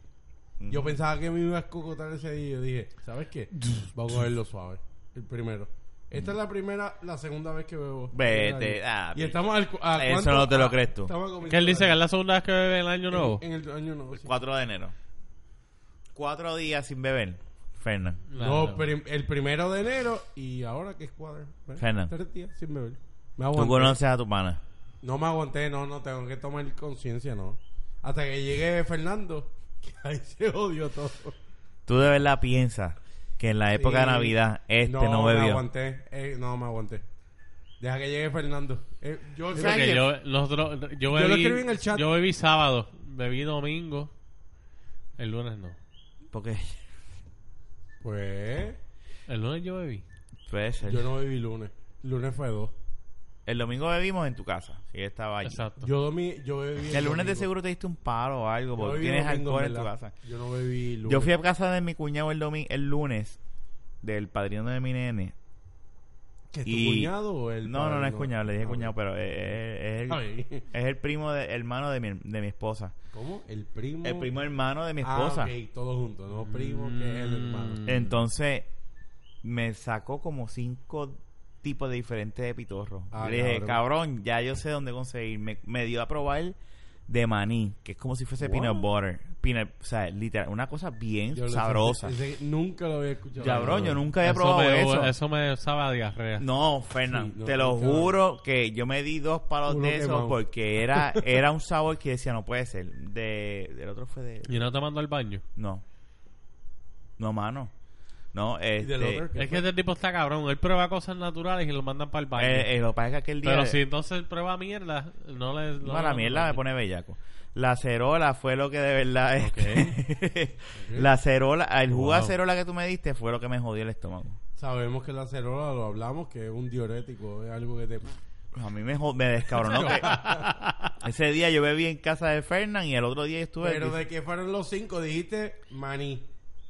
[SPEAKER 2] Yo pensaba que me iba a escocotar ese día y yo dije, ¿sabes qué? Vamos a verlo suave. El primero. Esta es la primera, la segunda vez que bebo.
[SPEAKER 1] Vete, ah,
[SPEAKER 2] y estamos al. cu- ¿a
[SPEAKER 1] Eso
[SPEAKER 2] cuánto?
[SPEAKER 1] no te lo
[SPEAKER 2] Ah,
[SPEAKER 1] crees tú.
[SPEAKER 2] estamos a
[SPEAKER 3] Que él dice que es
[SPEAKER 2] comenzar.
[SPEAKER 3] la segunda vez que bebe el año nuevo.
[SPEAKER 2] En, en el año nuevo. sí.
[SPEAKER 1] 4 de enero. Cuatro días sin beber. Fernan.
[SPEAKER 2] Mm. No, prim- el primero de enero y ahora que es cuadro. ¿ves?
[SPEAKER 1] Fernan.
[SPEAKER 2] Tres días sin beber.
[SPEAKER 1] Tú
[SPEAKER 2] Me aguanté.
[SPEAKER 1] conoces a tu pana.
[SPEAKER 2] No me aguanté, no, no, tengo que tomar conciencia, no. Hasta que llegue Fernando, que ahí se odió todo.
[SPEAKER 1] Tú de verdad piensas que en la época de
[SPEAKER 2] Sí.
[SPEAKER 1] Navidad este no,
[SPEAKER 2] me
[SPEAKER 1] bebió.
[SPEAKER 2] aguanté, eh, no me aguanté. Deja que llegue Fernando. Eh, yo,
[SPEAKER 3] Sí,
[SPEAKER 2] ¿sabes
[SPEAKER 3] porque
[SPEAKER 2] qué?
[SPEAKER 3] yo, los otros- yo
[SPEAKER 2] Yo lo
[SPEAKER 3] bebí,
[SPEAKER 2] escribí en el chat.
[SPEAKER 3] Yo bebí sábado, bebí domingo, el lunes no.
[SPEAKER 1] Porque
[SPEAKER 2] Pues,
[SPEAKER 3] El lunes yo bebí.
[SPEAKER 1] puede ser.
[SPEAKER 2] yo no bebí lunes. Lunes fue dos.
[SPEAKER 1] pues, El domingo bebimos en tu casa. Si yo estaba allí.
[SPEAKER 3] Exacto.
[SPEAKER 2] Yo, domi- yo bebí.
[SPEAKER 1] Que el lunes de
[SPEAKER 2] domingo.
[SPEAKER 1] seguro te diste un paro o algo,
[SPEAKER 2] Yo
[SPEAKER 1] porque
[SPEAKER 2] bebí
[SPEAKER 1] tienes
[SPEAKER 2] domingo,
[SPEAKER 1] alcohol en tu
[SPEAKER 2] ¿verdad?
[SPEAKER 1] casa.
[SPEAKER 2] Yo no bebí lunes.
[SPEAKER 1] Yo fui a casa de mi cuñado el, domi el lunes, del padrino de mi nene.
[SPEAKER 2] ¿Que es tu
[SPEAKER 1] y-
[SPEAKER 2] cuñado o el
[SPEAKER 1] No, no, no es
[SPEAKER 2] padrino?
[SPEAKER 1] cuñado, le dije
[SPEAKER 2] Ah,
[SPEAKER 1] cuñado, pero es, es- es
[SPEAKER 2] está
[SPEAKER 1] el,
[SPEAKER 2] bien.
[SPEAKER 1] es el primo, de- hermano de mi, de mi esposa.
[SPEAKER 2] ¿Cómo? El primo.
[SPEAKER 1] El primo hermano de mi
[SPEAKER 2] Ah,
[SPEAKER 1] esposa.
[SPEAKER 2] ok, todo junto, ¿no? Primo, que es el hermano.
[SPEAKER 3] Mm.
[SPEAKER 1] Entonces, me sacó como cinco tipos de diferentes de pitorros.
[SPEAKER 2] Ah,
[SPEAKER 1] le dije,
[SPEAKER 2] cabrón.
[SPEAKER 1] cabrón, ya yo sé dónde conseguir. Me, me dio a probar de maní, que es como si fuese
[SPEAKER 2] What?
[SPEAKER 1] peanut butter. Peanut, o sea, literal, una cosa bien
[SPEAKER 2] Yo lo-
[SPEAKER 1] sabrosa.
[SPEAKER 2] ese- ese- nunca lo había escuchado.
[SPEAKER 1] Cabrón, yo nunca había
[SPEAKER 3] eso
[SPEAKER 1] probado
[SPEAKER 3] me,
[SPEAKER 1] eso.
[SPEAKER 3] eso me sabe a diarrea.
[SPEAKER 1] No, Fernán,
[SPEAKER 2] Sí, no,
[SPEAKER 1] te lo
[SPEAKER 2] nunca-
[SPEAKER 1] juro que yo me di dos palos
[SPEAKER 2] Culo
[SPEAKER 1] de eso
[SPEAKER 2] quemado.
[SPEAKER 1] porque era, era un sabor que decía, no puede ser. De, del otro fue de...
[SPEAKER 3] Y no te mando al baño.
[SPEAKER 1] No. No, mano. No,
[SPEAKER 2] ¿Y del
[SPEAKER 1] este...
[SPEAKER 2] otro qué
[SPEAKER 3] Es que
[SPEAKER 2] fue?
[SPEAKER 3] este tipo está cabrón. Él prueba cosas naturales y lo mandan para el baño.
[SPEAKER 1] eh, eh, lo que pasa es que aquel día...
[SPEAKER 3] Pero si entonces él prueba mierda, no le.
[SPEAKER 1] No,
[SPEAKER 3] no-
[SPEAKER 1] la mierda me pone bellaco. La acerola fue lo que de verdad. este, la acerola, el jugo de
[SPEAKER 3] Wow.
[SPEAKER 1] acerola que tú me diste fue lo que me jodió el estómago.
[SPEAKER 2] Sabemos que la acerola lo hablamos, que es un diurético, es algo que te.
[SPEAKER 1] A mí me, jo- me descabronó. que- ese día yo bebí en casa de Fernán y el otro día estuve.
[SPEAKER 2] Pero de que fueron los cinco, dijiste maní.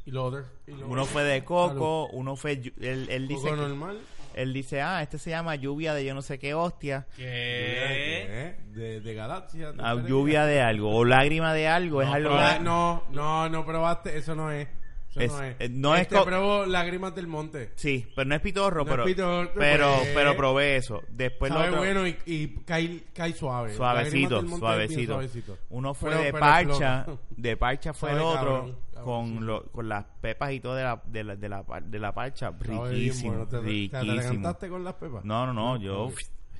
[SPEAKER 2] Y lo otro. y lo-
[SPEAKER 1] Uno fue de coco, uno fue. yu- Él, él
[SPEAKER 2] Coco
[SPEAKER 1] dice, que-
[SPEAKER 2] normal.
[SPEAKER 1] él dice, ah, este se llama lluvia de yo no sé qué hostia.
[SPEAKER 3] ¿Qué?
[SPEAKER 2] eh, De, de galaxia. de
[SPEAKER 1] Ah,
[SPEAKER 2] Galaxia.
[SPEAKER 1] lluvia de algo, o lágrima de algo, es
[SPEAKER 3] No,
[SPEAKER 1] algo.
[SPEAKER 2] Ah, No, no, no probaste, eso no es. Eso
[SPEAKER 1] Es-
[SPEAKER 2] no es.
[SPEAKER 1] eh, no es
[SPEAKER 2] Este,
[SPEAKER 1] co-
[SPEAKER 2] probó lágrimas del monte.
[SPEAKER 1] Sí, pero no es pitorro,
[SPEAKER 2] No es
[SPEAKER 1] pero,
[SPEAKER 2] pitorro,
[SPEAKER 1] pero,
[SPEAKER 2] pues.
[SPEAKER 1] pero probé eso. Después lo
[SPEAKER 2] Sabe
[SPEAKER 1] otro-
[SPEAKER 2] bueno y, y cae, cae suave.
[SPEAKER 1] Pues
[SPEAKER 2] Lágrimas
[SPEAKER 1] Suavecito,
[SPEAKER 2] del Monte es bien
[SPEAKER 1] suavecito. Uno fue
[SPEAKER 2] Pero-
[SPEAKER 1] de
[SPEAKER 2] pero
[SPEAKER 1] parcha,
[SPEAKER 2] explota.
[SPEAKER 1] de parcha fue el
[SPEAKER 2] Sabe
[SPEAKER 1] otro,
[SPEAKER 2] cabrón, cabrón, sí.
[SPEAKER 1] con, lo- con las pepas y todo de la, de la, de la, par- de la parcha,
[SPEAKER 2] Sabe bien
[SPEAKER 1] riquísimo,
[SPEAKER 2] bueno. ¿Te, te
[SPEAKER 1] riquísimo.
[SPEAKER 2] adelantaste con las pepas?
[SPEAKER 1] No, no, no, yo...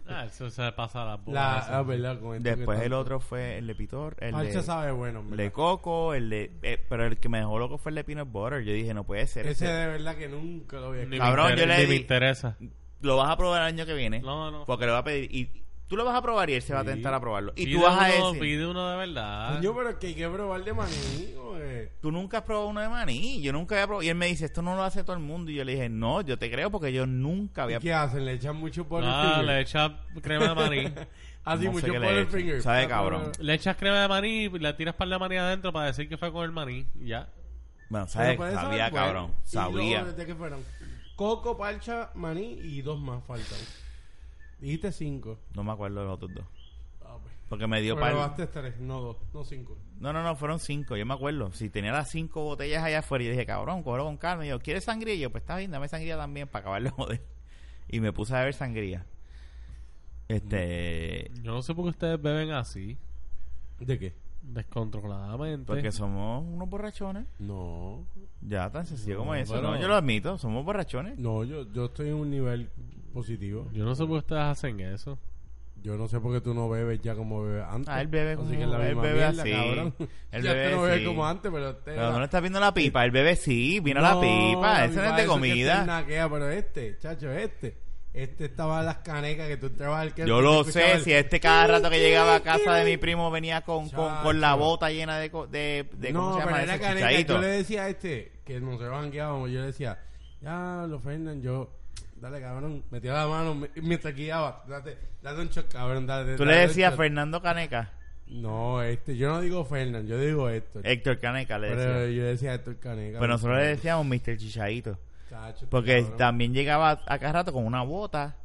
[SPEAKER 3] Ah, eso se pasa a la boca.
[SPEAKER 2] La,
[SPEAKER 3] eso.
[SPEAKER 2] ah, verdad, con esto que
[SPEAKER 1] Después el
[SPEAKER 2] tanto.
[SPEAKER 1] otro fue el de pitor, el
[SPEAKER 2] Parcha
[SPEAKER 1] de,
[SPEAKER 2] sabe bueno. en
[SPEAKER 1] el de
[SPEAKER 2] verdad.
[SPEAKER 1] coco, el de... eh, pero el que me dejó loco fue el de peanut butter. Yo dije, no puede ser.
[SPEAKER 2] Ese
[SPEAKER 1] este-
[SPEAKER 2] de verdad que nunca lo había
[SPEAKER 3] Ni me
[SPEAKER 2] escuchado.
[SPEAKER 1] Cabrón,
[SPEAKER 3] inter-
[SPEAKER 1] yo le
[SPEAKER 3] ni
[SPEAKER 1] di-
[SPEAKER 3] me interesa.
[SPEAKER 1] Lo vas a probar el año que viene.
[SPEAKER 3] No, no.
[SPEAKER 1] Porque lo va a pedir. Y tú lo vas a probar y él se va a tentar a probarlo. Y
[SPEAKER 3] Pide
[SPEAKER 1] tú vas a
[SPEAKER 3] uno-
[SPEAKER 1] decir...
[SPEAKER 3] Pide uno de verdad.
[SPEAKER 2] Yo, pero es que hay que probar de eh. maní, güey.
[SPEAKER 1] tú nunca has probado uno de maní, yo nunca había probado. Y él me dice, esto no lo hace todo el mundo. Y yo le dije, no, yo te creo porque yo nunca había
[SPEAKER 2] ¿Y ¿Qué hacen? ¿Le echan mucho
[SPEAKER 3] Ah,
[SPEAKER 2] butterfinger?
[SPEAKER 3] le echas crema de maní.
[SPEAKER 2] Así,
[SPEAKER 1] No sé
[SPEAKER 2] mucho
[SPEAKER 1] qué le
[SPEAKER 2] butterfinger.
[SPEAKER 1] echan. Sabe cabrón.
[SPEAKER 3] le echas crema de maní y le tiras par de maní adentro para decir que fue con el maní. y Ya.
[SPEAKER 1] Bueno, ¿sabes?
[SPEAKER 2] Pero puede saber
[SPEAKER 1] sabía,
[SPEAKER 2] bueno.
[SPEAKER 1] cabrón.
[SPEAKER 2] Y luego,
[SPEAKER 1] Sabía.
[SPEAKER 2] ¿De qué fueron? Coco, parcha, maní y dos más faltan. Dijiste cinco.
[SPEAKER 1] No me acuerdo de los otros dos.
[SPEAKER 2] Ah, pues.
[SPEAKER 1] Porque me dio par...
[SPEAKER 2] Probaste tres, no dos, no cinco.
[SPEAKER 1] No, no, no, fueron cinco, yo me acuerdo. Si tenía las cinco botellas allá afuera, y yo dije, cabrón, cógelo con calma. Y yo, ¿quieres sangría? Y yo, pues está bien, dame sangría también para acabar de joder. Y me puse a beber sangría. Este...
[SPEAKER 2] Mm.
[SPEAKER 3] Yo no sé por qué ustedes beben así,
[SPEAKER 2] ¿De qué?
[SPEAKER 3] descontroladamente.
[SPEAKER 1] Porque somos unos borrachones.
[SPEAKER 2] No.
[SPEAKER 1] Ya, tan sencillo como
[SPEAKER 3] No,
[SPEAKER 1] eso.
[SPEAKER 3] pero-
[SPEAKER 1] No, yo lo admito, somos borrachones.
[SPEAKER 2] No, yo, yo estoy en un nivel positivo.
[SPEAKER 3] Yo no sé por qué ustedes hacen eso.
[SPEAKER 2] Yo no sé por qué tú no bebes ya como bebes antes.
[SPEAKER 1] Ah, él bebe como-
[SPEAKER 2] Así que es la
[SPEAKER 1] él
[SPEAKER 2] misma
[SPEAKER 1] bebe
[SPEAKER 2] mierda,
[SPEAKER 1] así.
[SPEAKER 2] cabrón.
[SPEAKER 1] Él
[SPEAKER 2] ya
[SPEAKER 1] bebe
[SPEAKER 2] tú no bebes
[SPEAKER 1] así.
[SPEAKER 2] como antes, pero... Este
[SPEAKER 1] Pero no le estás viendo la pipa. El bebé sí, vino la
[SPEAKER 2] No,
[SPEAKER 1] pipa. Ese no es de
[SPEAKER 2] eso que este
[SPEAKER 1] comida.
[SPEAKER 2] naquea, pero este, chacho, este. Este estaba en las canecas que tú entrabas al que
[SPEAKER 1] Yo lo sé. Si este cada rato que llegaba a casa de mi primo venía con, con, con la
[SPEAKER 2] Chacho.
[SPEAKER 1] bota llena de... co- de, de
[SPEAKER 2] no,
[SPEAKER 1] ¿Cómo se llama?
[SPEAKER 2] pero era
[SPEAKER 1] Ese
[SPEAKER 2] caneca.
[SPEAKER 1] chichadito.
[SPEAKER 2] Yo le decía a este que nos banqueábamos. Yo le decía, ya lo Fernan, yo, dale cabrón, metía la mano me- mientras guiaba. Date, date un shot, cabrón, date.
[SPEAKER 1] Tú
[SPEAKER 2] dale
[SPEAKER 1] le
[SPEAKER 2] un
[SPEAKER 1] decías
[SPEAKER 2] shot".
[SPEAKER 1] Fernando Caneca.
[SPEAKER 2] No, este, yo no digo Fernan, yo digo esto.
[SPEAKER 1] Héctor Caneca le
[SPEAKER 2] pero
[SPEAKER 1] decía.
[SPEAKER 2] yo decía Héctor Caneca.
[SPEAKER 1] Pero nosotros le decíamos Mr. Chichadito. Porque
[SPEAKER 2] este
[SPEAKER 1] también llegaba a cada rato con una bota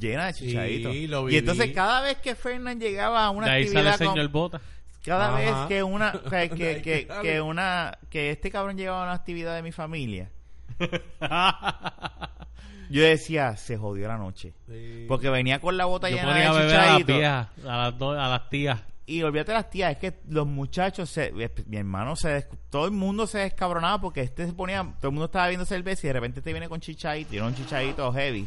[SPEAKER 1] llena de
[SPEAKER 2] Sí,
[SPEAKER 1] chichadito.
[SPEAKER 2] lo
[SPEAKER 1] y entonces
[SPEAKER 2] viví.
[SPEAKER 1] cada vez que Fernán llegaba a una
[SPEAKER 3] de ahí sale el
[SPEAKER 1] actividad con-
[SPEAKER 3] señor Bota.
[SPEAKER 1] Cada
[SPEAKER 2] Ajá.
[SPEAKER 1] vez que una que, que, que,
[SPEAKER 2] Dale.
[SPEAKER 1] que una que este cabrón llegaba a una actividad de mi familia, yo decía, se jodió la noche. Porque venía con la bota
[SPEAKER 3] Yo
[SPEAKER 1] llena
[SPEAKER 3] ponía a
[SPEAKER 1] de
[SPEAKER 3] beber a las
[SPEAKER 1] chichadito.
[SPEAKER 3] viejas, a las, do- a las tías.
[SPEAKER 1] Y olvídate las tías, es que los muchachos, se- eh, pues, mi hermano, se des- todo el mundo se descabronaba porque este se ponía, todo el mundo estaba viendo cerveza y de repente este viene con chichadito, y era un chichadito heavy.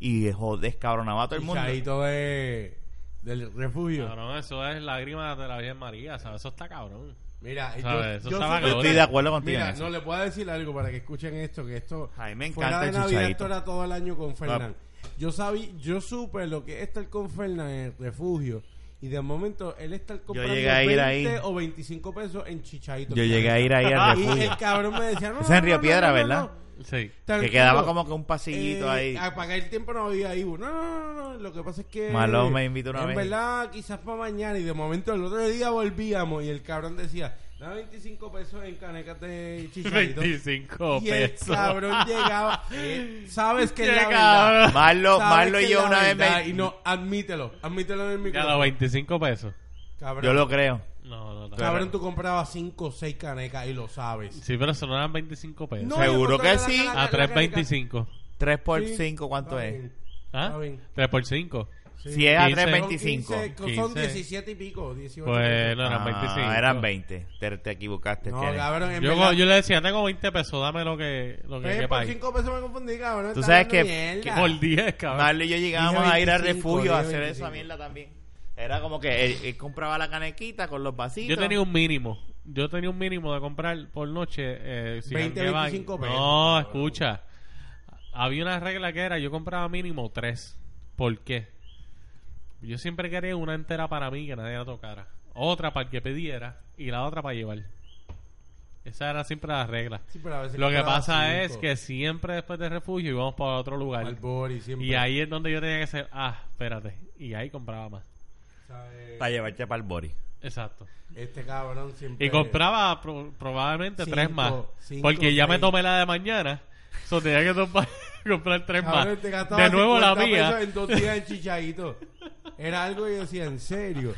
[SPEAKER 1] y joder, cabronaba a todo el mundo.
[SPEAKER 2] Pichadito de, del refugio.
[SPEAKER 3] Cabrón, eso es lágrimas de la Virgen María, ¿sabes? Eso está cabrón.
[SPEAKER 2] Mira, y
[SPEAKER 3] ¿Sabes? Eso estaba
[SPEAKER 2] siempre-
[SPEAKER 1] Yo estoy de acuerdo contigo.
[SPEAKER 2] Mira,
[SPEAKER 1] en eso.
[SPEAKER 2] no le puedo decir algo para que escuchen esto, que esto
[SPEAKER 1] Ay, me
[SPEAKER 2] fuera
[SPEAKER 1] encanta
[SPEAKER 2] de
[SPEAKER 1] el Ah.
[SPEAKER 2] Navidad
[SPEAKER 1] chichadito.
[SPEAKER 2] esto era todo el año con Fernán. Yo sabí, yo supe lo que es estar con Fernán en el refugio y de momento él está comprando
[SPEAKER 1] llegué a ir ahí.
[SPEAKER 2] o 25 pesos en chichadito.
[SPEAKER 1] Yo llegué a ir ahí al
[SPEAKER 2] Y
[SPEAKER 1] refugio.
[SPEAKER 2] el cabrón me decía, no,
[SPEAKER 1] Ese en
[SPEAKER 2] no,
[SPEAKER 1] Río
[SPEAKER 2] no,
[SPEAKER 1] Piedra,
[SPEAKER 2] no, no,
[SPEAKER 1] ¿verdad?
[SPEAKER 2] no.
[SPEAKER 3] Sí.
[SPEAKER 1] Que
[SPEAKER 2] Tranquilo.
[SPEAKER 1] quedaba como que un pasillito ahí.
[SPEAKER 2] Ah, para aquel tiempo no había Ibu. No, no, no, no. Lo que pasa es que.
[SPEAKER 1] Malón me invitó una
[SPEAKER 2] en
[SPEAKER 1] vez.
[SPEAKER 2] verdad, quizás para mañana. Y de momento, el otro día volvíamos. Y el cabrón decía: Dame 25 pesos en canecas de chicharito.
[SPEAKER 3] 25
[SPEAKER 2] Y el
[SPEAKER 3] pesos.
[SPEAKER 2] cabrón llegaba. eh, Sabes que es
[SPEAKER 3] Qué
[SPEAKER 2] la
[SPEAKER 3] cabrón.
[SPEAKER 2] verdad.
[SPEAKER 1] Marlo,
[SPEAKER 2] Sabes
[SPEAKER 1] Marlo
[SPEAKER 2] que
[SPEAKER 1] y
[SPEAKER 2] es
[SPEAKER 1] yo
[SPEAKER 2] la
[SPEAKER 1] una vez
[SPEAKER 2] verdad.
[SPEAKER 1] me.
[SPEAKER 2] Y no, admítelo. Admítelo en el
[SPEAKER 3] Ya los
[SPEAKER 2] micrófono.
[SPEAKER 3] 25 pesos.
[SPEAKER 2] Cabrón,
[SPEAKER 1] Yo lo creo.
[SPEAKER 3] No, no, no.
[SPEAKER 2] cabrón, tú comprabas 5 o 6 canecas y lo sabes.
[SPEAKER 3] Sí, pero eso no eran 25 pesos. Ah,
[SPEAKER 2] No,
[SPEAKER 1] Seguro
[SPEAKER 2] yo compré
[SPEAKER 1] que
[SPEAKER 2] la
[SPEAKER 1] sí.
[SPEAKER 2] caneca,
[SPEAKER 3] a
[SPEAKER 2] la caneca.
[SPEAKER 3] 3.25.
[SPEAKER 1] 3 por
[SPEAKER 2] Sí.
[SPEAKER 1] 5, ¿cuánto
[SPEAKER 2] Está
[SPEAKER 1] es?
[SPEAKER 2] bien,
[SPEAKER 3] ¿Ah?
[SPEAKER 2] está bien.
[SPEAKER 3] 3 por 5.
[SPEAKER 2] Sí.
[SPEAKER 1] Si es a
[SPEAKER 3] Quince.
[SPEAKER 1] 3.25.
[SPEAKER 2] Son, 15, son
[SPEAKER 3] 15.
[SPEAKER 2] 17 y pico, 18.
[SPEAKER 3] Pues no, eran
[SPEAKER 1] Ah,
[SPEAKER 3] 25.
[SPEAKER 1] eran 20. Te, te equivocaste.
[SPEAKER 2] no,
[SPEAKER 1] Tiene.
[SPEAKER 2] cabrón, en
[SPEAKER 3] Yo,
[SPEAKER 2] verdad.
[SPEAKER 3] yo le decía, tengo 20 pesos, dame lo que, lo que
[SPEAKER 2] Pues,
[SPEAKER 3] quepa
[SPEAKER 2] por
[SPEAKER 3] ahí.
[SPEAKER 2] 5 pesos me confundí, cabrón.
[SPEAKER 1] Tú
[SPEAKER 2] estás
[SPEAKER 1] sabes
[SPEAKER 2] hablando
[SPEAKER 1] que-
[SPEAKER 2] mierda.
[SPEAKER 3] Por 10, cabrón.
[SPEAKER 1] Marlo y yo llegábamos
[SPEAKER 2] Dije
[SPEAKER 1] a ir al
[SPEAKER 2] 25,
[SPEAKER 1] refugio a
[SPEAKER 2] dije
[SPEAKER 1] hacer esa
[SPEAKER 2] 25.
[SPEAKER 1] mierda también. Era como que él, él compraba la canequita con los vasitos.
[SPEAKER 3] Yo tenía un mínimo. Yo tenía un mínimo de comprar por noche. Eh, si
[SPEAKER 2] 20,
[SPEAKER 3] cambiaba-
[SPEAKER 2] 25 pesos.
[SPEAKER 3] No, escucha. Había una regla que era: yo compraba mínimo tres. ¿Por qué? Yo siempre quería una entera para mí que nadie la tocara. Otra para el que pidiera y la otra para llevar. Esa era siempre la regla.
[SPEAKER 2] Sí, pero a veces
[SPEAKER 3] Lo que
[SPEAKER 2] compraba
[SPEAKER 3] pasa
[SPEAKER 2] cinco.
[SPEAKER 3] es que siempre después de refugio íbamos para otro lugar.
[SPEAKER 2] Al Boris siempre.
[SPEAKER 3] Y ahí es donde yo tenía que ser, ah, espérate. Y ahí compraba más.
[SPEAKER 2] ¿sabes?
[SPEAKER 1] Para llevarte para el Bori.
[SPEAKER 3] Exacto.
[SPEAKER 2] eh, Este cabrón siempre.
[SPEAKER 3] Y compraba pro- probablemente
[SPEAKER 2] Cinco,
[SPEAKER 3] tres más.
[SPEAKER 2] cinco,
[SPEAKER 3] porque ya me
[SPEAKER 2] seis.
[SPEAKER 3] tomé la de mañana. So tenía que tomar- comprar tres
[SPEAKER 2] Cabrón,
[SPEAKER 3] más.
[SPEAKER 2] te gastaba
[SPEAKER 3] De nuevo la
[SPEAKER 2] 50 pesos
[SPEAKER 3] mía.
[SPEAKER 2] En dos días en chichadito. Era algo que yo decía, en serio.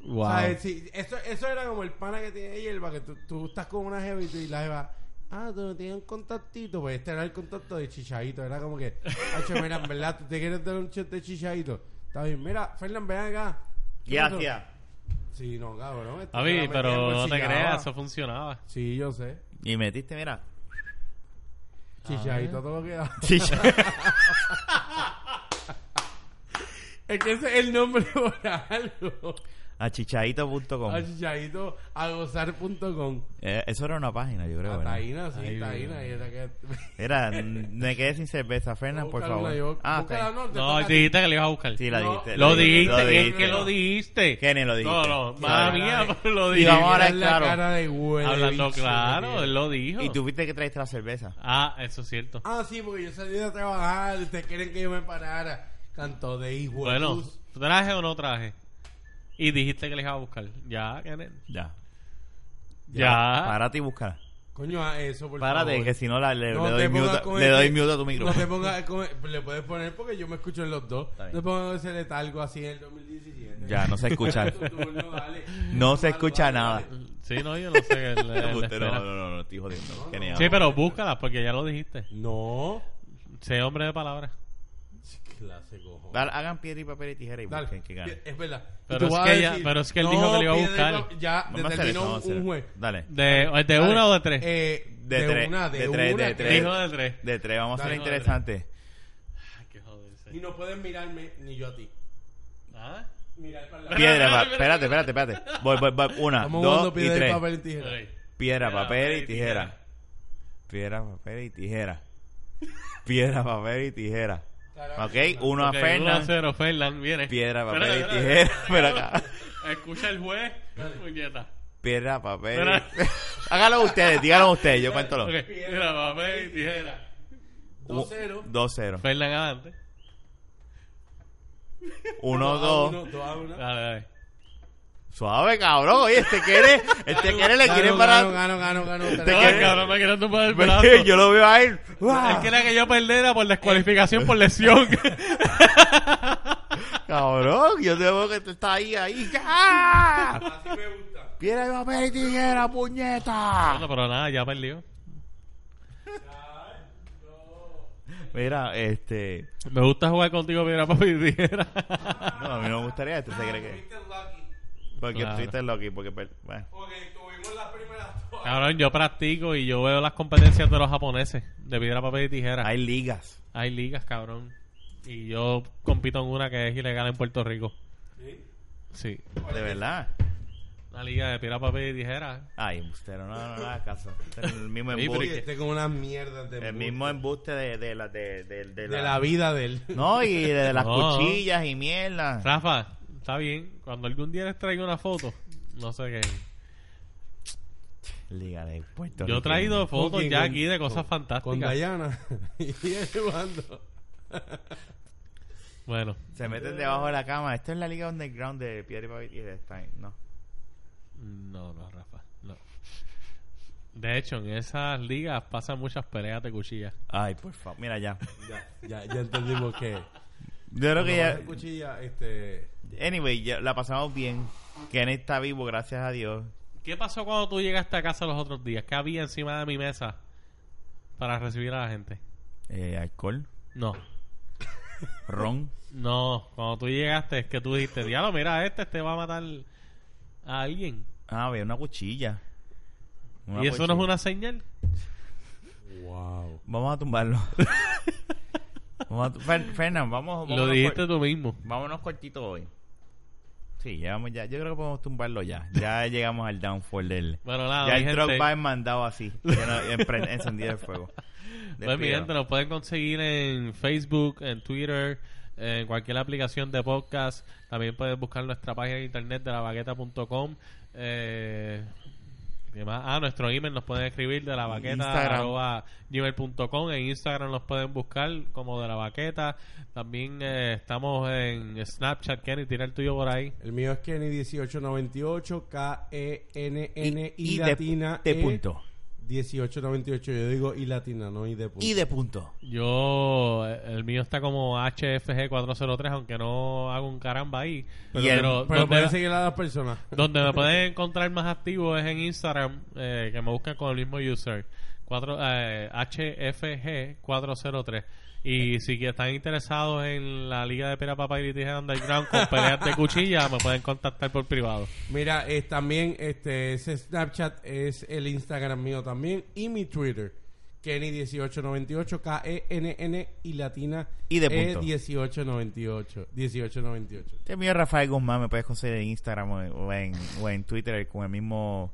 [SPEAKER 3] Wow.
[SPEAKER 2] ¿Sabes? Sí, eso, eso era como el pana que tiene hierba, que tú, tú estás con una jeva y, tú- y la jeva, ah, tú tienes un contactito, pues este era el contacto de chichadito, era como que, "Acho, mira, en verdad, tú te quieres dar un shot de chichadito. Está bien, mira, Fernán, ven acá.
[SPEAKER 1] Gracias.
[SPEAKER 2] Sí, no, cabrón. esto
[SPEAKER 3] A
[SPEAKER 2] se la
[SPEAKER 3] mí,
[SPEAKER 2] metía
[SPEAKER 3] pero
[SPEAKER 2] en ah.
[SPEAKER 3] no te
[SPEAKER 2] bolsillaba.
[SPEAKER 3] creas, eso funcionaba.
[SPEAKER 2] Sí, yo sé.
[SPEAKER 1] Y metiste, mira. Ah,
[SPEAKER 2] Chichadito todo lo que da.
[SPEAKER 1] Chicha-
[SPEAKER 2] Es que ese es el nombre por algo.
[SPEAKER 1] a chichadito.com.
[SPEAKER 2] A chichadito, a gozar.com.
[SPEAKER 1] Eh, eso era una página, yo creo.
[SPEAKER 2] A
[SPEAKER 1] ¿verdad?
[SPEAKER 2] Taína,
[SPEAKER 3] Ahí,
[SPEAKER 2] sí, Taína. Y era que...
[SPEAKER 1] Era, n- me quedé sin cerveza, Fernan, por
[SPEAKER 2] Búscala una,
[SPEAKER 1] favor.
[SPEAKER 2] yo-
[SPEAKER 1] ah, está
[SPEAKER 2] búscala,
[SPEAKER 1] bien.
[SPEAKER 2] no, te
[SPEAKER 3] No,
[SPEAKER 2] toca a ti.
[SPEAKER 3] dijiste que le ibas a buscar.
[SPEAKER 1] Sí, la
[SPEAKER 2] No,
[SPEAKER 1] dijiste.
[SPEAKER 3] lo
[SPEAKER 1] la
[SPEAKER 3] dijiste,
[SPEAKER 1] Lo
[SPEAKER 3] ¿quién
[SPEAKER 1] dijiste.
[SPEAKER 3] que lo dijiste?
[SPEAKER 1] Kenny lo dijiste.
[SPEAKER 3] No, no,
[SPEAKER 1] Sí,
[SPEAKER 3] madre
[SPEAKER 1] la-
[SPEAKER 3] mía,
[SPEAKER 2] verdad.
[SPEAKER 3] pero lo
[SPEAKER 1] Y
[SPEAKER 3] dijiste.
[SPEAKER 1] vamos ahora,
[SPEAKER 2] Mira la
[SPEAKER 1] claro.
[SPEAKER 2] cara pues, de huele
[SPEAKER 3] Hablando
[SPEAKER 2] bicho,
[SPEAKER 3] claro,
[SPEAKER 2] tío.
[SPEAKER 3] él lo dijo.
[SPEAKER 1] Y tuviste que traer la cerveza.
[SPEAKER 3] Ah, eso es cierto.
[SPEAKER 2] Ah, sí, porque yo salí de trabajar. Ustedes quieren que yo me parara. Canto de hijo. de
[SPEAKER 3] Bueno,
[SPEAKER 2] Jesús.
[SPEAKER 3] ¿traje o no traje? Y dijiste que le ibas a buscar. Ya, Kenneth.
[SPEAKER 1] Ya.
[SPEAKER 3] Ya.
[SPEAKER 1] Párate y búscala.
[SPEAKER 2] Coño, a eso, por
[SPEAKER 1] Párate,
[SPEAKER 2] favor.
[SPEAKER 1] que si no la- le,
[SPEAKER 2] Ah, No
[SPEAKER 1] le
[SPEAKER 2] te
[SPEAKER 1] doy
[SPEAKER 2] pongas
[SPEAKER 1] mute,
[SPEAKER 2] con
[SPEAKER 1] le
[SPEAKER 2] ese-
[SPEAKER 1] doy mute a tu
[SPEAKER 2] No te
[SPEAKER 1] micrófono.
[SPEAKER 2] pongas con- Le puedes poner porque yo me escucho en los dos.
[SPEAKER 1] Está bien.
[SPEAKER 2] No pongas ese letalgo así en el 2017.
[SPEAKER 1] Ya, no se escucha.
[SPEAKER 2] Tu turno, dale.
[SPEAKER 1] No se
[SPEAKER 2] Dale,
[SPEAKER 1] escucha
[SPEAKER 2] dale,
[SPEAKER 1] nada.
[SPEAKER 2] dale.
[SPEAKER 3] Sí, no, yo no sé. qué le- le
[SPEAKER 1] Usted no,
[SPEAKER 3] espera.
[SPEAKER 1] no, no, no, estoy jodiendo. Kenny,
[SPEAKER 3] Sí,
[SPEAKER 1] vamos.
[SPEAKER 3] pero búscalas porque ya lo dijiste.
[SPEAKER 2] No.
[SPEAKER 3] Sé hombre de palabras.
[SPEAKER 2] Sí, Clase, cojón.
[SPEAKER 1] Dale, hagan piedra y papel y tijera y
[SPEAKER 2] Dale.
[SPEAKER 1] busquen que gane.
[SPEAKER 2] Es verdad. Y
[SPEAKER 3] Pero
[SPEAKER 2] tú
[SPEAKER 3] es
[SPEAKER 2] vas
[SPEAKER 3] que
[SPEAKER 2] a
[SPEAKER 3] ella- pero es que él dijo que lo iba a
[SPEAKER 2] pide
[SPEAKER 3] buscar.
[SPEAKER 2] de- Ya,
[SPEAKER 1] Vamos a hacer eso,
[SPEAKER 2] determinó
[SPEAKER 1] vamos a hacer
[SPEAKER 2] un
[SPEAKER 1] eso.
[SPEAKER 2] juez.
[SPEAKER 1] Dale.
[SPEAKER 3] ¿De, ¿de
[SPEAKER 2] Dale.
[SPEAKER 3] una o de tres?
[SPEAKER 2] Eh,
[SPEAKER 1] De
[SPEAKER 2] de,
[SPEAKER 1] tres,
[SPEAKER 2] una, de,
[SPEAKER 1] de tres,
[SPEAKER 2] una.
[SPEAKER 1] de
[SPEAKER 2] que-
[SPEAKER 1] tres.
[SPEAKER 3] Dijo de tres.
[SPEAKER 1] De tres, vamos a hacer
[SPEAKER 3] Dale.
[SPEAKER 1] interesante.
[SPEAKER 3] Ay, qué joderse.
[SPEAKER 2] Y no pueden mirarme ni yo a ti.
[SPEAKER 3] ¿Ah?
[SPEAKER 2] Mirar para la...
[SPEAKER 1] Piedra, pa- espérate, espérate, espérate. Voy, voy, voy. Una,
[SPEAKER 2] Estamos
[SPEAKER 1] dos
[SPEAKER 2] jugando
[SPEAKER 1] y
[SPEAKER 2] piedra
[SPEAKER 1] tres.
[SPEAKER 2] papel y tijera.
[SPEAKER 3] Ay.
[SPEAKER 1] Piedra, papel y tijera. Piedra, papel y tijera. Piedra, papel y tijera.
[SPEAKER 2] Carajo.
[SPEAKER 1] Ok, uno a
[SPEAKER 3] Ok, uno a
[SPEAKER 1] Fernan.
[SPEAKER 3] cero, Fernan, viene.
[SPEAKER 1] Piedra,
[SPEAKER 3] Espérate,
[SPEAKER 1] papel y
[SPEAKER 3] espérate,
[SPEAKER 1] tijera.
[SPEAKER 3] espérate.
[SPEAKER 1] Pero acá.
[SPEAKER 3] Escucha el juez, puñeta.
[SPEAKER 1] Piedra, papel.
[SPEAKER 3] Espera.
[SPEAKER 1] y- Hágalo ustedes, díganlo ustedes, yo cuento
[SPEAKER 3] Ok, Piedra, papel y tijera.
[SPEAKER 2] 2-0.
[SPEAKER 1] 2-0.
[SPEAKER 3] Fernan adelante.
[SPEAKER 1] 1-2.
[SPEAKER 2] 2 a 1.
[SPEAKER 3] Dale, dale.
[SPEAKER 1] Suave, cabrón. Oye, este quiere, este quiere, le quiere parar.
[SPEAKER 2] Gano, gano, gano.
[SPEAKER 1] Te
[SPEAKER 3] No,
[SPEAKER 1] quedas-
[SPEAKER 3] el cabrón me quiere tumbar el brazo.
[SPEAKER 1] Yo lo veo a él.
[SPEAKER 3] Él quería que yo perdiera por descualificación por lesión.
[SPEAKER 1] Cabrón, yo te veo que tú estás ahí, ahí. ¡Ah!
[SPEAKER 2] Así me gusta.
[SPEAKER 1] Piedra, papel y tijera, puñeta.
[SPEAKER 3] no, pero nada, ya perdió.
[SPEAKER 1] Mira, este.
[SPEAKER 3] Me gusta jugar contigo, piedra, papel y tijera.
[SPEAKER 1] No, a mí no me gustaría este. Se cree que.
[SPEAKER 2] Fuiste lucky.
[SPEAKER 1] Porque
[SPEAKER 3] Claro.
[SPEAKER 1] estuviste Loki, porque. per- Bueno.
[SPEAKER 2] Porque tuvimos las primeras dos.
[SPEAKER 3] Cabrón, yo practico y yo veo las competencias de los japoneses de piedra, papel y tijera. Hay,
[SPEAKER 1] Hay ligas.
[SPEAKER 3] ligas, cabrón. Y yo compito en una que es ilegal en Puerto Rico. Sí.
[SPEAKER 1] De verdad.
[SPEAKER 3] Una liga de piedra, papel y tijera.
[SPEAKER 1] Ay, embustero, no, no, no hagas caso. Este es El mismo
[SPEAKER 3] Sí, pero
[SPEAKER 1] embuste.
[SPEAKER 3] ¿y
[SPEAKER 2] Este con unas mierdas de,
[SPEAKER 1] El mismo embuste de, de la. De, de- de
[SPEAKER 2] de la vida de él.
[SPEAKER 1] No, y de las
[SPEAKER 3] No.
[SPEAKER 1] cuchillas y mierda.
[SPEAKER 3] Rafa, está bien. Cuando algún día les traiga una foto, no sé qué.
[SPEAKER 1] Liga de Puerto
[SPEAKER 3] Yo he
[SPEAKER 1] Rico.
[SPEAKER 3] traído fotos
[SPEAKER 2] Con-
[SPEAKER 3] ya aquí de
[SPEAKER 2] con-
[SPEAKER 3] cosas
[SPEAKER 2] Con
[SPEAKER 3] fantásticas.
[SPEAKER 2] Dayana. y él jugando.
[SPEAKER 3] Bueno,
[SPEAKER 1] Se meten debajo de la cama. Esto es la liga underground de Piedra y Papel y de Stein. No.
[SPEAKER 3] no, no, Rafa, no. De hecho, en esas ligas pasan muchas peleas de cuchillas.
[SPEAKER 1] Ay, por favor. Mira ya.
[SPEAKER 2] Ya, ya, ya entendimos que.
[SPEAKER 1] Yo creo que ya.
[SPEAKER 2] Cuchilla, este.
[SPEAKER 1] Anyway, ya la pasamos bien. Kenneth está vivo, gracias a Dios.
[SPEAKER 3] ¿Qué pasó cuando tú llegaste a casa los otros días? ¿Qué había encima de mi mesa para recibir a la gente?
[SPEAKER 1] Eh, alcohol,
[SPEAKER 3] No,
[SPEAKER 1] ron.
[SPEAKER 3] no. Cuando tú llegaste es que tú dijiste, diablo, mira, este, este va a matar a alguien.
[SPEAKER 1] Ah, ve, una cuchilla. Una
[SPEAKER 3] y eso
[SPEAKER 1] cuchilla.
[SPEAKER 3] no es una señal.
[SPEAKER 2] Wow.
[SPEAKER 1] Vamos a tumbarlo. vamos a tu- Fer- Fernan, vamos.
[SPEAKER 3] Lo
[SPEAKER 1] vámonos
[SPEAKER 3] dijiste
[SPEAKER 1] cor-
[SPEAKER 3] tú mismo.
[SPEAKER 1] Vámonos cortito hoy. Sí, ya vamos ya. Yo creo que podemos tumbarlo ya. Ya llegamos al downfall del.
[SPEAKER 3] Bueno, nada,
[SPEAKER 1] ya
[SPEAKER 3] Ah, mi
[SPEAKER 1] el truck
[SPEAKER 3] gente.
[SPEAKER 1] va mandado así. Ya no- en pre- encendido el fuego.
[SPEAKER 3] Pues mi
[SPEAKER 1] Despido.
[SPEAKER 3] gente, nos pueden conseguir en Facebook, en Twitter, en cualquier aplicación de podcast. También pueden buscar nuestra página de internet de lavaqueta.com. Eh, ¿qué más? Ah, nuestro email nos pueden escribir de la
[SPEAKER 1] Instagram.
[SPEAKER 3] En Instagram nos pueden buscar como de la vaqueta. También eh, estamos en Snapchat. Kenny, tira el tuyo por ahí.
[SPEAKER 2] El mío es Kenny1898, E K-E-N-N y,
[SPEAKER 1] Y de-
[SPEAKER 2] latina.
[SPEAKER 1] de
[SPEAKER 2] E,
[SPEAKER 1] punto.
[SPEAKER 2] 1898, yo digo y latina, no y de punto.
[SPEAKER 1] Y de punto.
[SPEAKER 3] Yo, eh, el mío está como HFG403, aunque no hago un caramba ahí.
[SPEAKER 1] Y el-
[SPEAKER 2] Pero
[SPEAKER 3] ¿dónde
[SPEAKER 2] pueden
[SPEAKER 3] la-
[SPEAKER 2] seguir a las personas.
[SPEAKER 3] Donde me pueden encontrar más activo es en Instagram, eh, que me buscan con el mismo user, cuatro- eh, HFG403. Y si que están interesados en la Liga de Pera Papá y Tijera Underground con peleas de cuchilla, me pueden contactar por privado.
[SPEAKER 2] Mira, eh, también este, ese Snapchat es el Instagram mío también y mi Twitter. Kenny1898, K-E-N-N y latina.
[SPEAKER 1] Y de
[SPEAKER 2] E
[SPEAKER 1] punto.
[SPEAKER 2] 1898, 1898.
[SPEAKER 1] Este mío es Rafael Guzmán, me puedes conseguir en Instagram o en, o en, o en Twitter con el mismo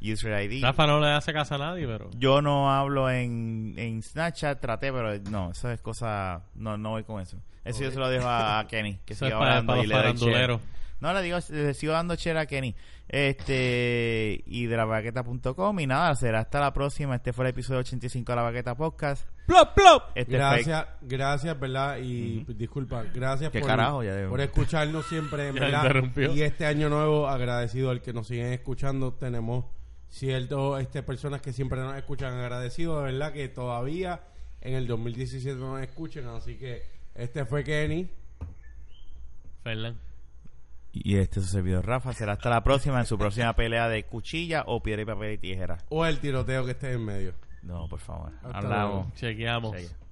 [SPEAKER 1] user ID.
[SPEAKER 3] Rafa no le hace caso a nadie, pero...
[SPEAKER 1] Yo no hablo en, en Snapchat, traté, pero no, eso es cosa. No, no voy con eso. Eso yo se lo dejo a, a Kenny, que
[SPEAKER 3] Eso
[SPEAKER 1] siga
[SPEAKER 3] es para-
[SPEAKER 1] hablando
[SPEAKER 3] para
[SPEAKER 1] y
[SPEAKER 3] los
[SPEAKER 1] le doy share.
[SPEAKER 3] faranduleros.
[SPEAKER 1] No, le digo, le sigo dando share a Kenny. Este, y de la baqueta.com. Y nada, será hasta la próxima. Este fue el episodio 85 de la Baqueta Podcast.
[SPEAKER 3] ¡Plop, plop!
[SPEAKER 1] Este fue-
[SPEAKER 2] Gracias, gracias, ¿verdad? Y pues, disculpa, gracias
[SPEAKER 1] ¿Qué carajo? Ya digo.
[SPEAKER 2] por escucharnos siempre,
[SPEAKER 3] Ya
[SPEAKER 2] ¿verdad?
[SPEAKER 3] interrumpió.
[SPEAKER 2] Y este año nuevo, agradecido al que nos siguen escuchando, tenemos ciertos este, personas que siempre nos escuchan agradecidos, de verdad, que todavía en el 2017 nos escuchen, así que este fue Kenny.
[SPEAKER 3] Fernan.
[SPEAKER 1] Y este es su servidor Rafa. Será hasta la próxima en su próxima pelea de cuchilla o piedra y papel y tijera.
[SPEAKER 2] o el tiroteo que esté en medio.
[SPEAKER 1] No, por favor.
[SPEAKER 2] Hasta
[SPEAKER 1] Hablamos.
[SPEAKER 2] luego.
[SPEAKER 3] Chequeamos.
[SPEAKER 1] Chequea.